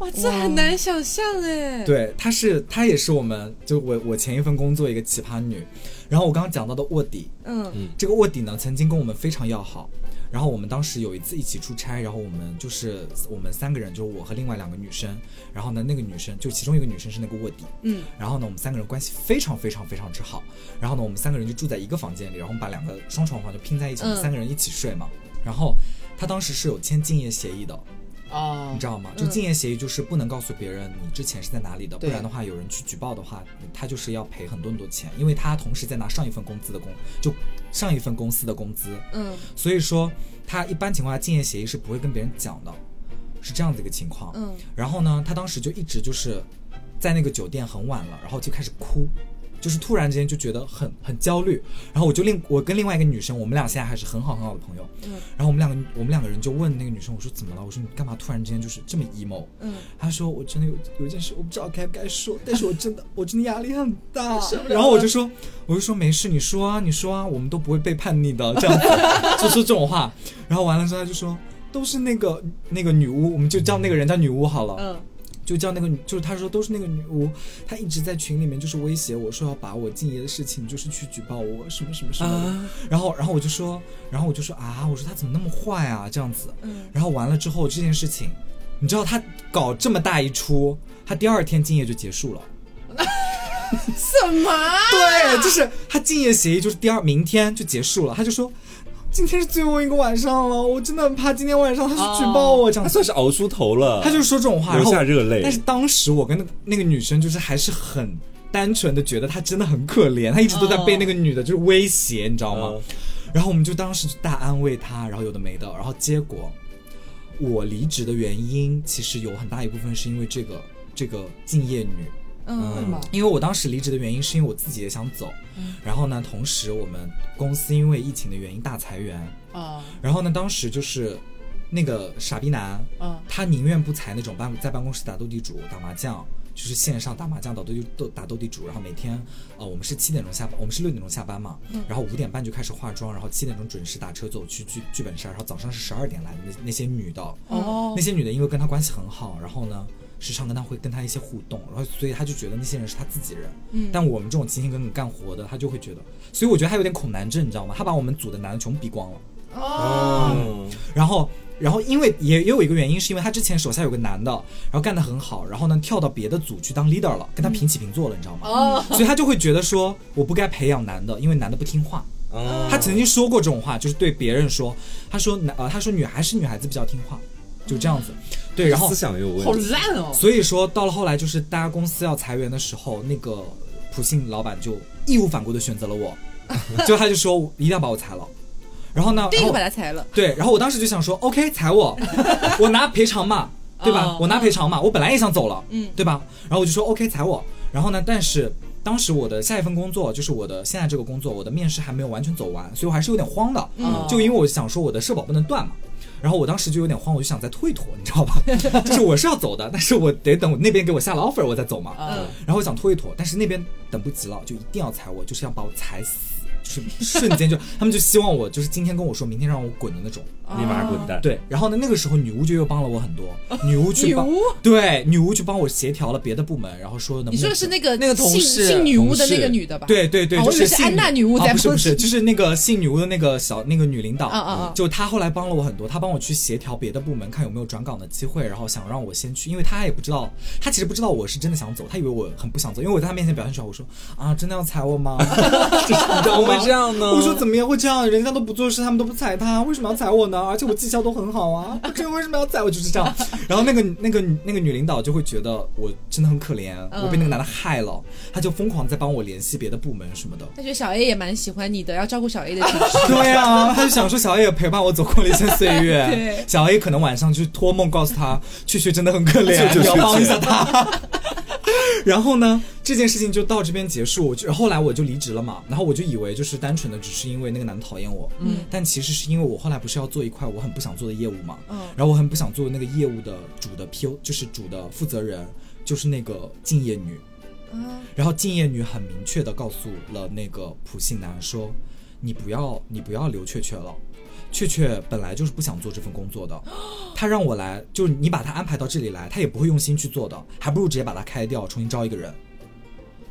S1: 哇，这很难想象哎。
S3: 对，她是她也是我们就我我前一份工作一个奇葩女，然后我刚刚讲到的卧底，
S1: 嗯
S3: 这个卧底呢曾经跟我们非常要好，然后我们当时有一次一起出差，然后我们就是我们三个人，就是我和另外两个女生，然后呢那个女生就其中一个女生是那个卧底，
S1: 嗯，
S3: 然后呢我们三个人关系非常非常非常之好，然后呢我们三个人就住在一个房间里，然后我们把两个双床房就拼在一起，我们
S1: 嗯
S3: 三个人一起睡嘛，然后她当时是有签竞业协议的，
S4: 啊
S3: 你知道吗？就
S1: 嗯
S3: 竞业协议就是不能告诉别人你之前是在哪里的，不
S4: 对
S3: 然的话有人去举报的话，他就是要赔很多很多钱，因为他同时在拿上一份工资的工，就上一份公司的工资，
S1: 嗯
S3: 所以说他一般情况下竞业协议是不会跟别人讲的，是这样子一个情况。
S1: 嗯，
S3: 然后呢，他当时就一直就是在那个酒店很晚了，然后就开始哭，就是突然之间就觉得很很焦虑。然后我就另我跟另外一个女生，我们俩现在还是很好很好的朋友。
S1: 嗯
S3: 然后我们两个我们两个人就问那个女生，我说怎么了？我说你干嘛突然之间就是这么 emo？
S1: 嗯，
S3: 她说我真的有有一件事我不知道该不该说，但是我真的 我真的压力很大。然后我就说我就说没事，你说啊你说啊，我们都不会背叛你的，这样子 就说这种话。然后完了之后她就说。都是那个那个女巫，我们就叫那个人叫女巫好了。
S1: 嗯
S3: 就叫那个女，就是他说都是那个女巫，她一直在群里面就是威胁我说要把我敬业的事情就是去举报我什么什么什么的，然后然后我就说，然后我就说啊，我说他怎么那么坏啊这样子，
S1: 嗯
S3: 然后完了之后这件事情，你知道他搞这么大一出，他第二天敬业就结束了。
S1: 什么？
S3: 对，就是他敬业协议就是第二明天就结束了，他就说今天是最后一个晚上了，我真的很怕今天晚上他去举报我这样
S2: 他
S3: 子。
S2: 算是熬出头了，
S3: 他就是说这种话，
S2: 流
S3: 然后
S2: 下热泪
S3: 但是当时我跟那那个女生就是还是很单纯的觉得她真的很可怜，她一直都在被那个女的就是威胁，你知道吗
S2: 嗯？
S3: 然后我们就当时就大安慰她，然后有的没的，然后结果我离职的原因其实有很大一部分是因为这个这个敬业女。
S1: 嗯
S4: 吗？
S3: 因为我当时离职的原因是因为我自己也想走，然后呢，同时我们公司因为疫情的原因大裁员，
S4: 啊
S3: 然后呢，当时就是那个傻逼男，
S4: 啊
S3: 他宁愿不裁那种办在办公室打斗地主、打麻将，就是线上打麻将、打斗地斗打斗地主，然后每天，呃，我们是七点钟下班，我们是六点钟下班嘛，然后五点半就开始化妆，然后七点钟准时打车走去剧剧本杀，然后早上是十二点来的那那些女的，
S4: 哦
S3: 那些女的因为跟他关系很好，然后呢。时常跟他会跟他一些互动，然后所以他就觉得那些人是他自己人，嗯，但我们这种勤勤恳恳干活的，他就会觉得，所以我觉得他有点恐男症，你知道吗？他把我们组的男的全部逼光了，啊
S2: 嗯
S3: 然后，然后因为也也有一个原因，是因为他之前手下有个男的，然后干得很好，然后呢跳到别的组去当 leader 了，跟他平起平坐了，你知道吗？
S4: 哦
S3: 所以他就会觉得说我不该培养男的，因为男的不听话。
S2: 嗯
S3: 他曾经说过这种话，就是对别人说，他说男呃他说女孩是女孩子比较听话，就这样子。
S1: 嗯
S3: 对，然后
S2: 思想也有
S3: 嗯
S2: 问
S4: 好
S2: 题，
S4: 烂哦！
S3: 所以说到了后来，就是大家公司要裁员的时候，那个普信老板就义无反顾的选择 了我，就他就说一定要把我裁了。然后呢，
S1: 这
S3: 然
S1: 个
S3: 后
S1: 把它裁了。
S3: 对，然后我当时就想说，OK，裁我， 我拿赔偿 嘛，对吧
S4: 哦？
S3: 我拿赔偿嘛，我本来也想走了，
S1: 嗯
S3: 对吧？然后我就说 OK，裁我。然后呢，但是当时我的下一份工作，就是我的现在这个工作，我的面试还没有完全走完，所以我还是有点慌的，
S4: 嗯
S3: 就因为我想说我的社保不能断嘛。然后我当时就有点慌，我就想再拖一拖，你知 道吧？就是我是要走的，但是我得等那边给我下了 offer 我再走嘛。
S4: 嗯
S3: 然后我想拖一拖，但是那边等不及了，就一定要裁我，就是要把我裁死，就是瞬 间就他们就希望我就是今天跟我说，明天让我滚的那种。
S2: 立马滚蛋。，
S3: 对，然后呢，那个时候女巫就又帮了我很多，女巫去帮
S4: 女巫
S3: 对女巫去帮我协调了别的部门，然后说能不能
S1: 你说的是那个
S4: 那个同
S1: 姓
S4: 事
S1: 姓女巫的
S3: 同
S1: 那
S3: 事
S1: 个女的吧？
S3: 对对对，
S1: 哦
S3: 就
S1: 我以为是
S3: 姓
S1: 安娜
S3: 女
S1: 女巫在
S3: 啊，不是
S1: 抨
S3: 不是，
S1: 击
S3: 就是那个姓女巫的那个小那个女领导
S1: 啊啊啊
S3: 就她后来帮了我很多，她帮我去协调别的部门，看有没有转岗的机会，然后想让我先去，因为她也不知道，她其实不知道我是真的想走，她以为我很不想走，因为我在她面前表现出来，我说啊，真的要裁我吗？ 就是你知
S2: 怎
S3: 道
S2: 么
S3: 吗
S2: 会这样呢
S3: 我说怎么也会这样，人家都不做事，他们都不踩他，为什么要踩我呢？而且我绩效都很好啊，这个为什么要踩我？就是这样。然后那个那个那个女领导就会觉得我真的很可怜，
S2: 嗯
S3: 我被那个男的害了，她就疯狂在帮我联系别的部门什么的。
S1: 他觉得小 A 也蛮喜欢你的，要照顾小 A 的情 绪。
S3: 对啊，她就想说小 A 也陪伴我走过了一些岁月。
S1: 对
S3: 小 A 可能晚上就托梦告诉她，雀雀真的很可怜，
S2: 雀雀
S3: 你要帮一下她。 然后呢，这件事情就到这边结束。我就后来我就离职了嘛，然后我就以为就是单纯的只是因为那个男的讨厌我，嗯，但其实是因为我后来不是要做一块我很不想做的业务嘛，
S1: 嗯
S3: 然后我很不想做那个业务的主的 PO，就是主的负责人，就是那个敬业女，
S1: 啊
S3: 然后敬业女很明确的告诉了那个普信男说，你不要你不要留雀雀了。雀雀本来就是不想做这份工 作的，他让我来，就是你把他安排到这里来，他也不会用心去做的，还不如直接把他开掉，重新招一个人。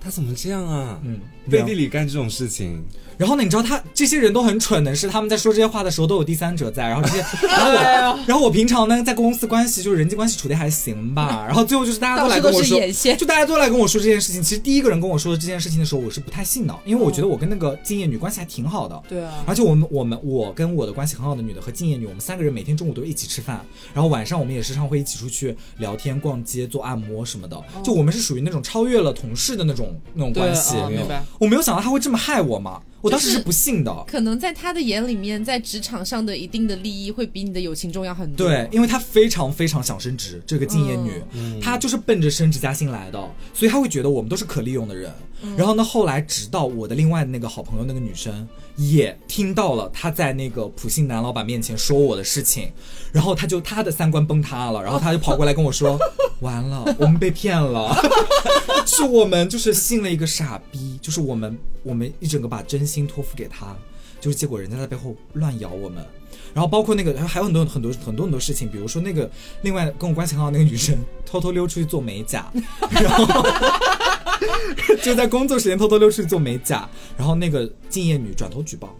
S2: 他怎么这样啊？
S3: 嗯，
S2: 背地里干这种事情，
S3: 然后呢，你知道他这些人都很蠢的是，他们在说这些话的时候都有第三者在，然后 这些，然后
S1: 啊
S3: 我，然后我平常呢在公司关系就是人际关系处的还 行吧，然后最后就是大家都来跟我
S1: 到处都
S3: 说
S1: 是眼线，
S3: 就大家都来跟我说这件事情。其实第一个人跟我说这件事情的时候，我是不太信的，因为我觉得我跟那个敬业女关系还挺好的，
S4: 对啊，
S3: 而且我们我们我跟我的关系很好的女的和敬业女，我们三个人每天中午都一起吃饭，然后晚上我们也时常会一起出去聊天、逛街、做按摩什么的。就我们是属于那种超越了同事的那种那种
S4: 哦对
S3: 关系，
S4: 哦明白
S3: 我没有想到他会这么害我嘛，我当时是不信的。
S1: 可能在他的眼里面，在职场上的一定的利益会比你的友情重要很多。嗯
S3: 对，，因为她非常非常想升职，这个敬业女，她就是奔着升职加薪来的，所以她会觉得我们都是可利用的人。
S1: 嗯
S3: 然后呢，后来直到我的另外那个好朋友那个女生也听到了她在那个普信男老板面前说我的事情，然后她就她的三观崩塌了，然后她就跑过来跟 我说：“完了，我们被骗了，是我们就是信了一个傻逼，就是我们我们一整个把真心托付给他。”就是结果人家在背后乱咬我们，然后包括那个还有很多很多很多很多事情，比如说那个另外跟我关系很好的那个女生偷偷溜出去做美甲，然后 就在工作时间偷偷溜出去做美甲，然后那个敬业女转头举报，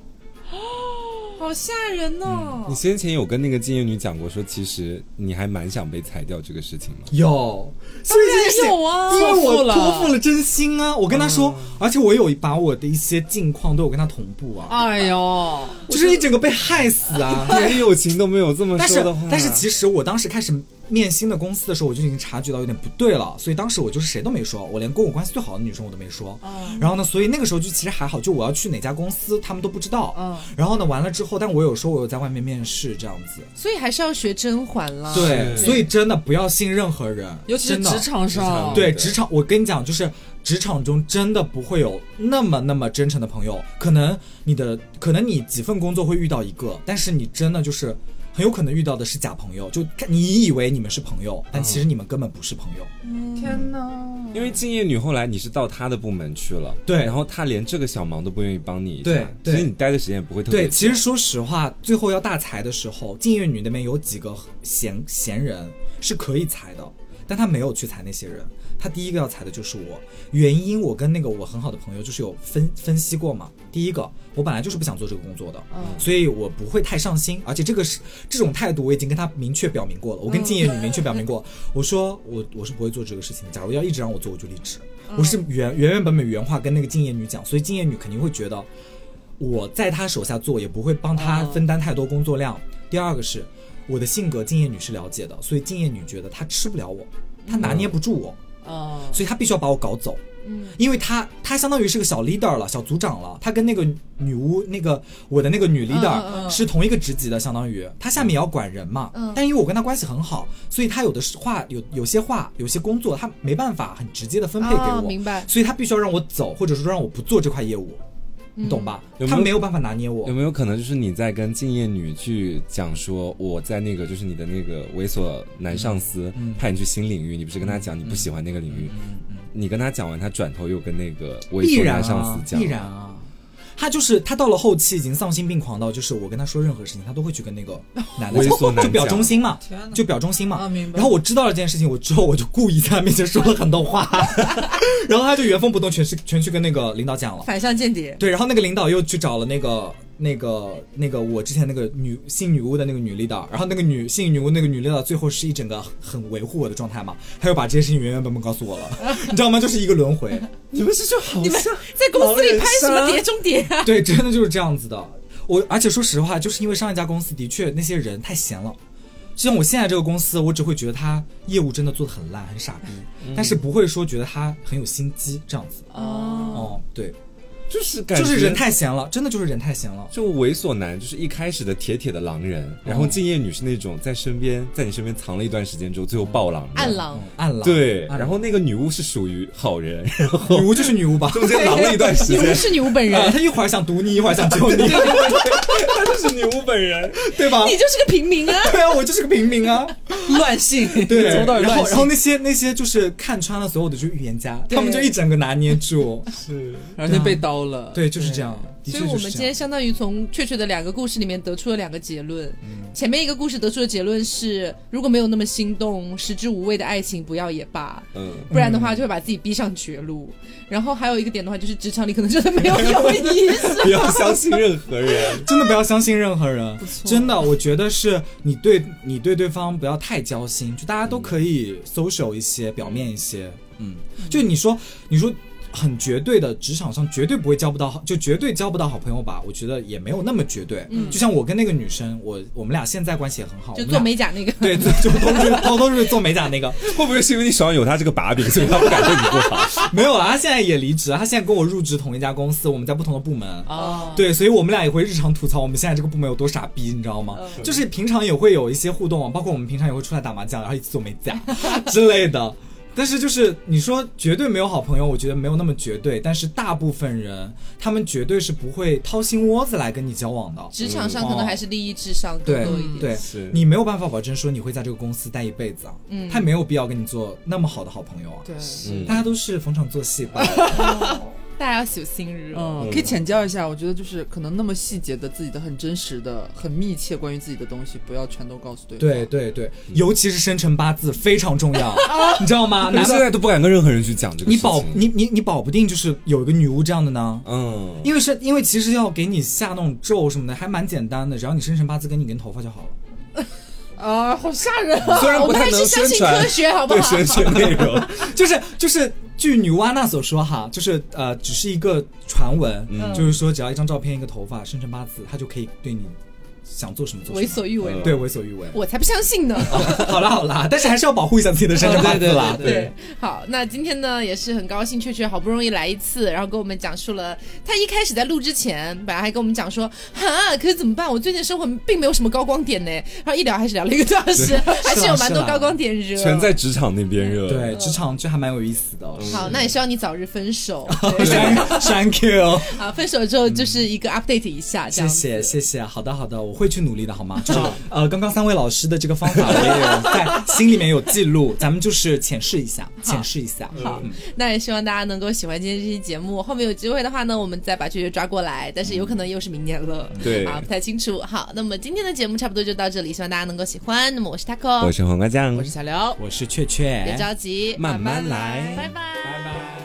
S1: 好吓人哦！
S3: 嗯
S2: 你先前有跟那个敬业女讲过说，其实你还蛮想被裁掉这个事情吗？
S3: 有，所以这件事
S1: 当然有啊
S3: 因为
S4: 托付
S3: 我
S4: 了
S3: 托付了真心啊，我跟她说，而且我有把我的一些近况都有跟她同步啊，
S4: 哎呦，
S3: 就是一整个被害死啊，
S2: 连友情都没有这么
S3: 但
S2: 说
S3: 是
S2: 的话，
S3: 但是其实我当时开始面新的公司的时候，我就已经察觉到有点不对了，所以当时我就是谁都没说，我连跟我关系最好的女生我都没说。
S4: 哦
S3: 然后呢，所以那个时候就其实还好，就我要去哪家公司，他们都不知道。
S4: 嗯
S3: 然后呢，完了之后，但我有说我有在外面面试这样子。
S1: 所以还是要学甄嬛啦。
S3: 对，
S2: 是
S3: 所以真的不要信任何人，
S4: 哦尤其是
S3: 真的
S4: 职场上，
S3: 哦对
S2: 对
S3: 职场，我跟你讲，就是职场中真的不会有那么那么真诚的朋友。可能你的，可能你几份工作会遇到一个，但是你真的就是很有可能遇到的是假朋友。就看你以为你们是朋友，但其实你们根本不是朋友。
S4: 天哪，
S2: 因为敬业女后来你是到她的部门去了，
S3: 对
S2: 然后她连这个小忙都不愿意帮你一下，
S3: 对对
S2: 其实你待的时间也不会特别
S3: 对，
S2: 久。
S3: 其实说实话，最后要大裁的时候，敬业女那边有几个闲闲人是可以裁的，但她没有去裁那些人。她第一个要裁的就是我，原因我跟那个我很好的朋友就是有分分析过嘛。第一个，我本来就是不想做这个工作的，
S1: 嗯
S3: 所以我不会太上心，而且这个是这种态度我已经跟她明确表明过了，我跟敬业女明确表明过，我说我我是不会做这个事情的，假如要一直让我做，我就离职。我是原原原本本原话跟那个敬业女讲，所以敬业女肯定会觉得。我在他手下做，也不会帮他分担太多工作量。第二个是我的性格，敬业女是了解的，所以敬业女觉得她吃不了我，她拿捏不住我，
S4: 嗯，
S3: 所以她必须要把我搞走。嗯，因为她她相当于是个小 leader 了，小组长了。她跟那个女巫那个我的那个女 leader、
S1: 嗯嗯嗯
S3: 是同一个职级的，相当于她下面也要管人嘛。
S1: 嗯
S3: 但因为我跟她关系很好，所以她有的是话有有些话有些工作她没办法很直接的分配给我，
S1: 哦明白
S3: 所以她必须要让我走，或者说让我不做这块业务。
S1: 嗯
S3: 你懂吧？
S2: 有没
S3: 她
S2: 有
S3: 没有办法拿捏我
S2: 有，没有可能就是你在跟敬业女去讲说，我在那个就是你的那个猥琐男上
S3: 嗯
S2: 司派你去新领域，你不是跟他讲你不喜欢那个领域，你跟他讲完，他转头又跟那个猥
S3: 必
S2: 琐男
S3: 然啊，
S2: 上司讲，
S3: 必然啊。他就是他到了后期已经丧心病狂到，就是我跟他说任何事情，他都会去跟那个男的
S2: 猥琐男
S3: 就表忠心嘛
S4: 天哪，
S3: 就表忠心嘛。
S4: 啊明白
S3: 然后我知道了这件事情，我之后我就故意在他面前说了很多 话，然后他就原封不动全是全去跟那个领导讲了。
S1: 反向间谍。
S3: 对，然后那个领导又去找了那个那个那个我之前那个女性女巫的那个女领导，然后那个女性女巫那个女领导最后是一整个很维护我的状态嘛，他又把这些事情原原本本告诉我了， 你知道吗？就是一个轮回。
S2: 你们是就好
S1: 你们在公司里拍什么碟中谍 啊？
S3: 对，真的就是这样子的。我而且说实话，就是因为上一家公司的确那些人太闲了，就像我现在这个公司，我只会觉得他业务真的做的很烂，很傻逼，但是不会说觉得他很有心机这样子。
S1: 哦，
S3: 哦，对，
S2: 就是感觉
S3: 就是人太闲了，真的就是人太闲了。
S2: 就猥琐男，就是一开始的铁铁的狼人，然后敬业女是那种在身边，在你身边藏了一段时间之后，最后爆狼的
S1: 暗。狼
S3: 嗯，暗狼
S2: 对，
S3: 暗狼
S2: 啊然后那个女巫是属于好 人，然后
S3: 女巫就是女巫 吧？
S2: 中间狼了一段时
S1: 女巫
S2: 间，
S1: 是女巫本 人
S3: 呃，，她一会儿想毒你，一会儿想救你，
S2: 她就是女巫本人。
S3: 对吧？
S1: 你就是个平民啊！
S3: 对啊，我就是个平民啊。
S4: 乱性，
S3: 对， 然后
S4: 从头乱
S3: 然后
S4: 性，
S3: 那些那些就是看穿了所有的就是预言家，
S1: 对
S3: 他们就一整个拿捏住。啊
S2: 是，
S4: 而且被刀高了。
S3: 对，就是这样。的
S1: 所
S3: 确
S1: 以我
S3: 就
S1: 们
S3: 是
S1: 今
S3: 这
S1: 天
S3: 样。
S1: 相当于从雀雀的两个故事里面得出了两个结论。
S2: 嗯
S1: 前面一个故事得出的结论是，如果没有那么心动，食之无味的爱情不要也罢，
S2: 嗯，
S1: 不然的话就会把自己逼上绝路。然后还有一个点的话，就是职场里可能真的没有友谊。 是
S2: 不要相信任何人。
S3: 真的不要相信任何人，
S4: 错
S3: 真的，我觉得是你对你对对方不要太交心，就大家都可以 social 一些，表面一些，嗯，就你说你说很绝对的，职场上绝对不会交不到好，就绝对交不到好朋友吧，我觉得也没有那么绝对，
S1: 嗯
S3: 就像我跟那个女生，我我们俩现在关系也很好，
S1: 就
S3: 我们
S1: 做
S3: 俩
S1: 美甲那个，
S3: 对，就就偷偷偷偷是做美甲那个，
S2: 会不会是因为你手上有他这个把柄，所以他不敢对你不好？
S3: 没有啊，她现在也离职，她现在跟我入职同一家公司，我们在不同的部门
S1: 哦，
S3: 对，所以我们俩也会日常吐槽我们现在这个部门有多傻逼，你知道吗？
S1: 嗯
S3: 就是平常也会有一些互动啊，包括我们平常也会出来打麻将，然后一起做美甲之类的。但是就是你说绝对没有好朋友，我觉得没有那么绝对。但是大部分人他们绝对是不会掏心窝子来跟你交往的。
S1: 职场上可能还是利益至上更
S3: 对
S1: 多
S2: 嗯
S1: 一点。
S3: 对
S2: 是，
S3: 你没有办法保证说你会在这个公司待一辈子啊，
S1: 嗯
S3: 他没有必要跟你做那么好的好朋友啊。
S4: 对，
S2: 嗯
S3: 大家都是逢场作戏吧。
S1: 大家要小心日哦。
S4: 嗯，可以浅交一下。我觉得就是可能那么细节的、自己的很真实的、很密切关于自己的东西，不要全都告诉对方。
S3: 对对对，尤其是生辰八字非常重要，你知道吗？
S2: 我
S3: 男的
S2: 现在都不敢跟任何人去讲这个
S3: 你
S2: 事情。
S3: 保你你你保不定就是有一个女巫这样的呢，
S2: 嗯，
S3: 因为是因为其实要给你下那种咒什么的还蛮简单的，只要你生辰八字跟你跟头发就好了。
S4: 啊，
S1: 哦
S4: 好吓人啊！
S2: 虽然
S1: 我
S2: 不
S1: 们
S2: 太
S1: 还是
S2: 能
S1: 相
S2: 宣
S1: 信
S2: 传
S1: 科学，好不
S2: 对
S1: 好？
S2: 宣传内 容，
S3: 就是就是，据女娲娜所说哈，就是呃，只是一个传闻，就是说只要一张照片、一个头发、生辰八字，她就可以对你想做什么做什么，
S1: 为所欲为
S2: 嗯，
S3: 对为所欲为。
S1: 我才不相信呢。
S3: 好啦好啦，但是还是要保护一下自己的生辰八字啦。
S4: 对对对对
S1: 对，好，那今天呢也是很高兴，雀雀好不容易来一次，然后跟我们讲述了他一开始在录之前，本来还跟我们讲说，哈，可是怎么办？我最近生活并没有什么高光点呢。然后一聊还是聊了一个多小时，还是有蛮多高光点热。
S2: 全在职场那边热。
S3: 啊对，嗯职场剧还蛮有意思的。哦
S1: 好，那也希望你早日分手。
S3: Thank- Thank you，
S1: 啊，分手之后就是一个 update 一下， 这
S3: 谢
S1: 样子
S3: 谢谢谢，好的好的，我会去努力的，好吗？就是呃，刚刚三位老师的这个方法我也有在心里面有记录，咱们就是浅试一下，浅试一下。嗯
S1: 好，那也希望大家能够喜欢今天这期节目。后面有机会的话呢，我们再把雀雀抓过来，但是有可能又是明年了，
S2: 对
S1: 啊，不太清楚。好，那么今天的节目差不多就到这里，希望大家能够喜欢。那么我是 Taco，
S2: 我是黄瓜酱，
S4: 我是小刘，
S3: 我是雀雀，
S1: 别着急，
S3: 慢慢来
S1: 拜拜。
S3: 拜拜。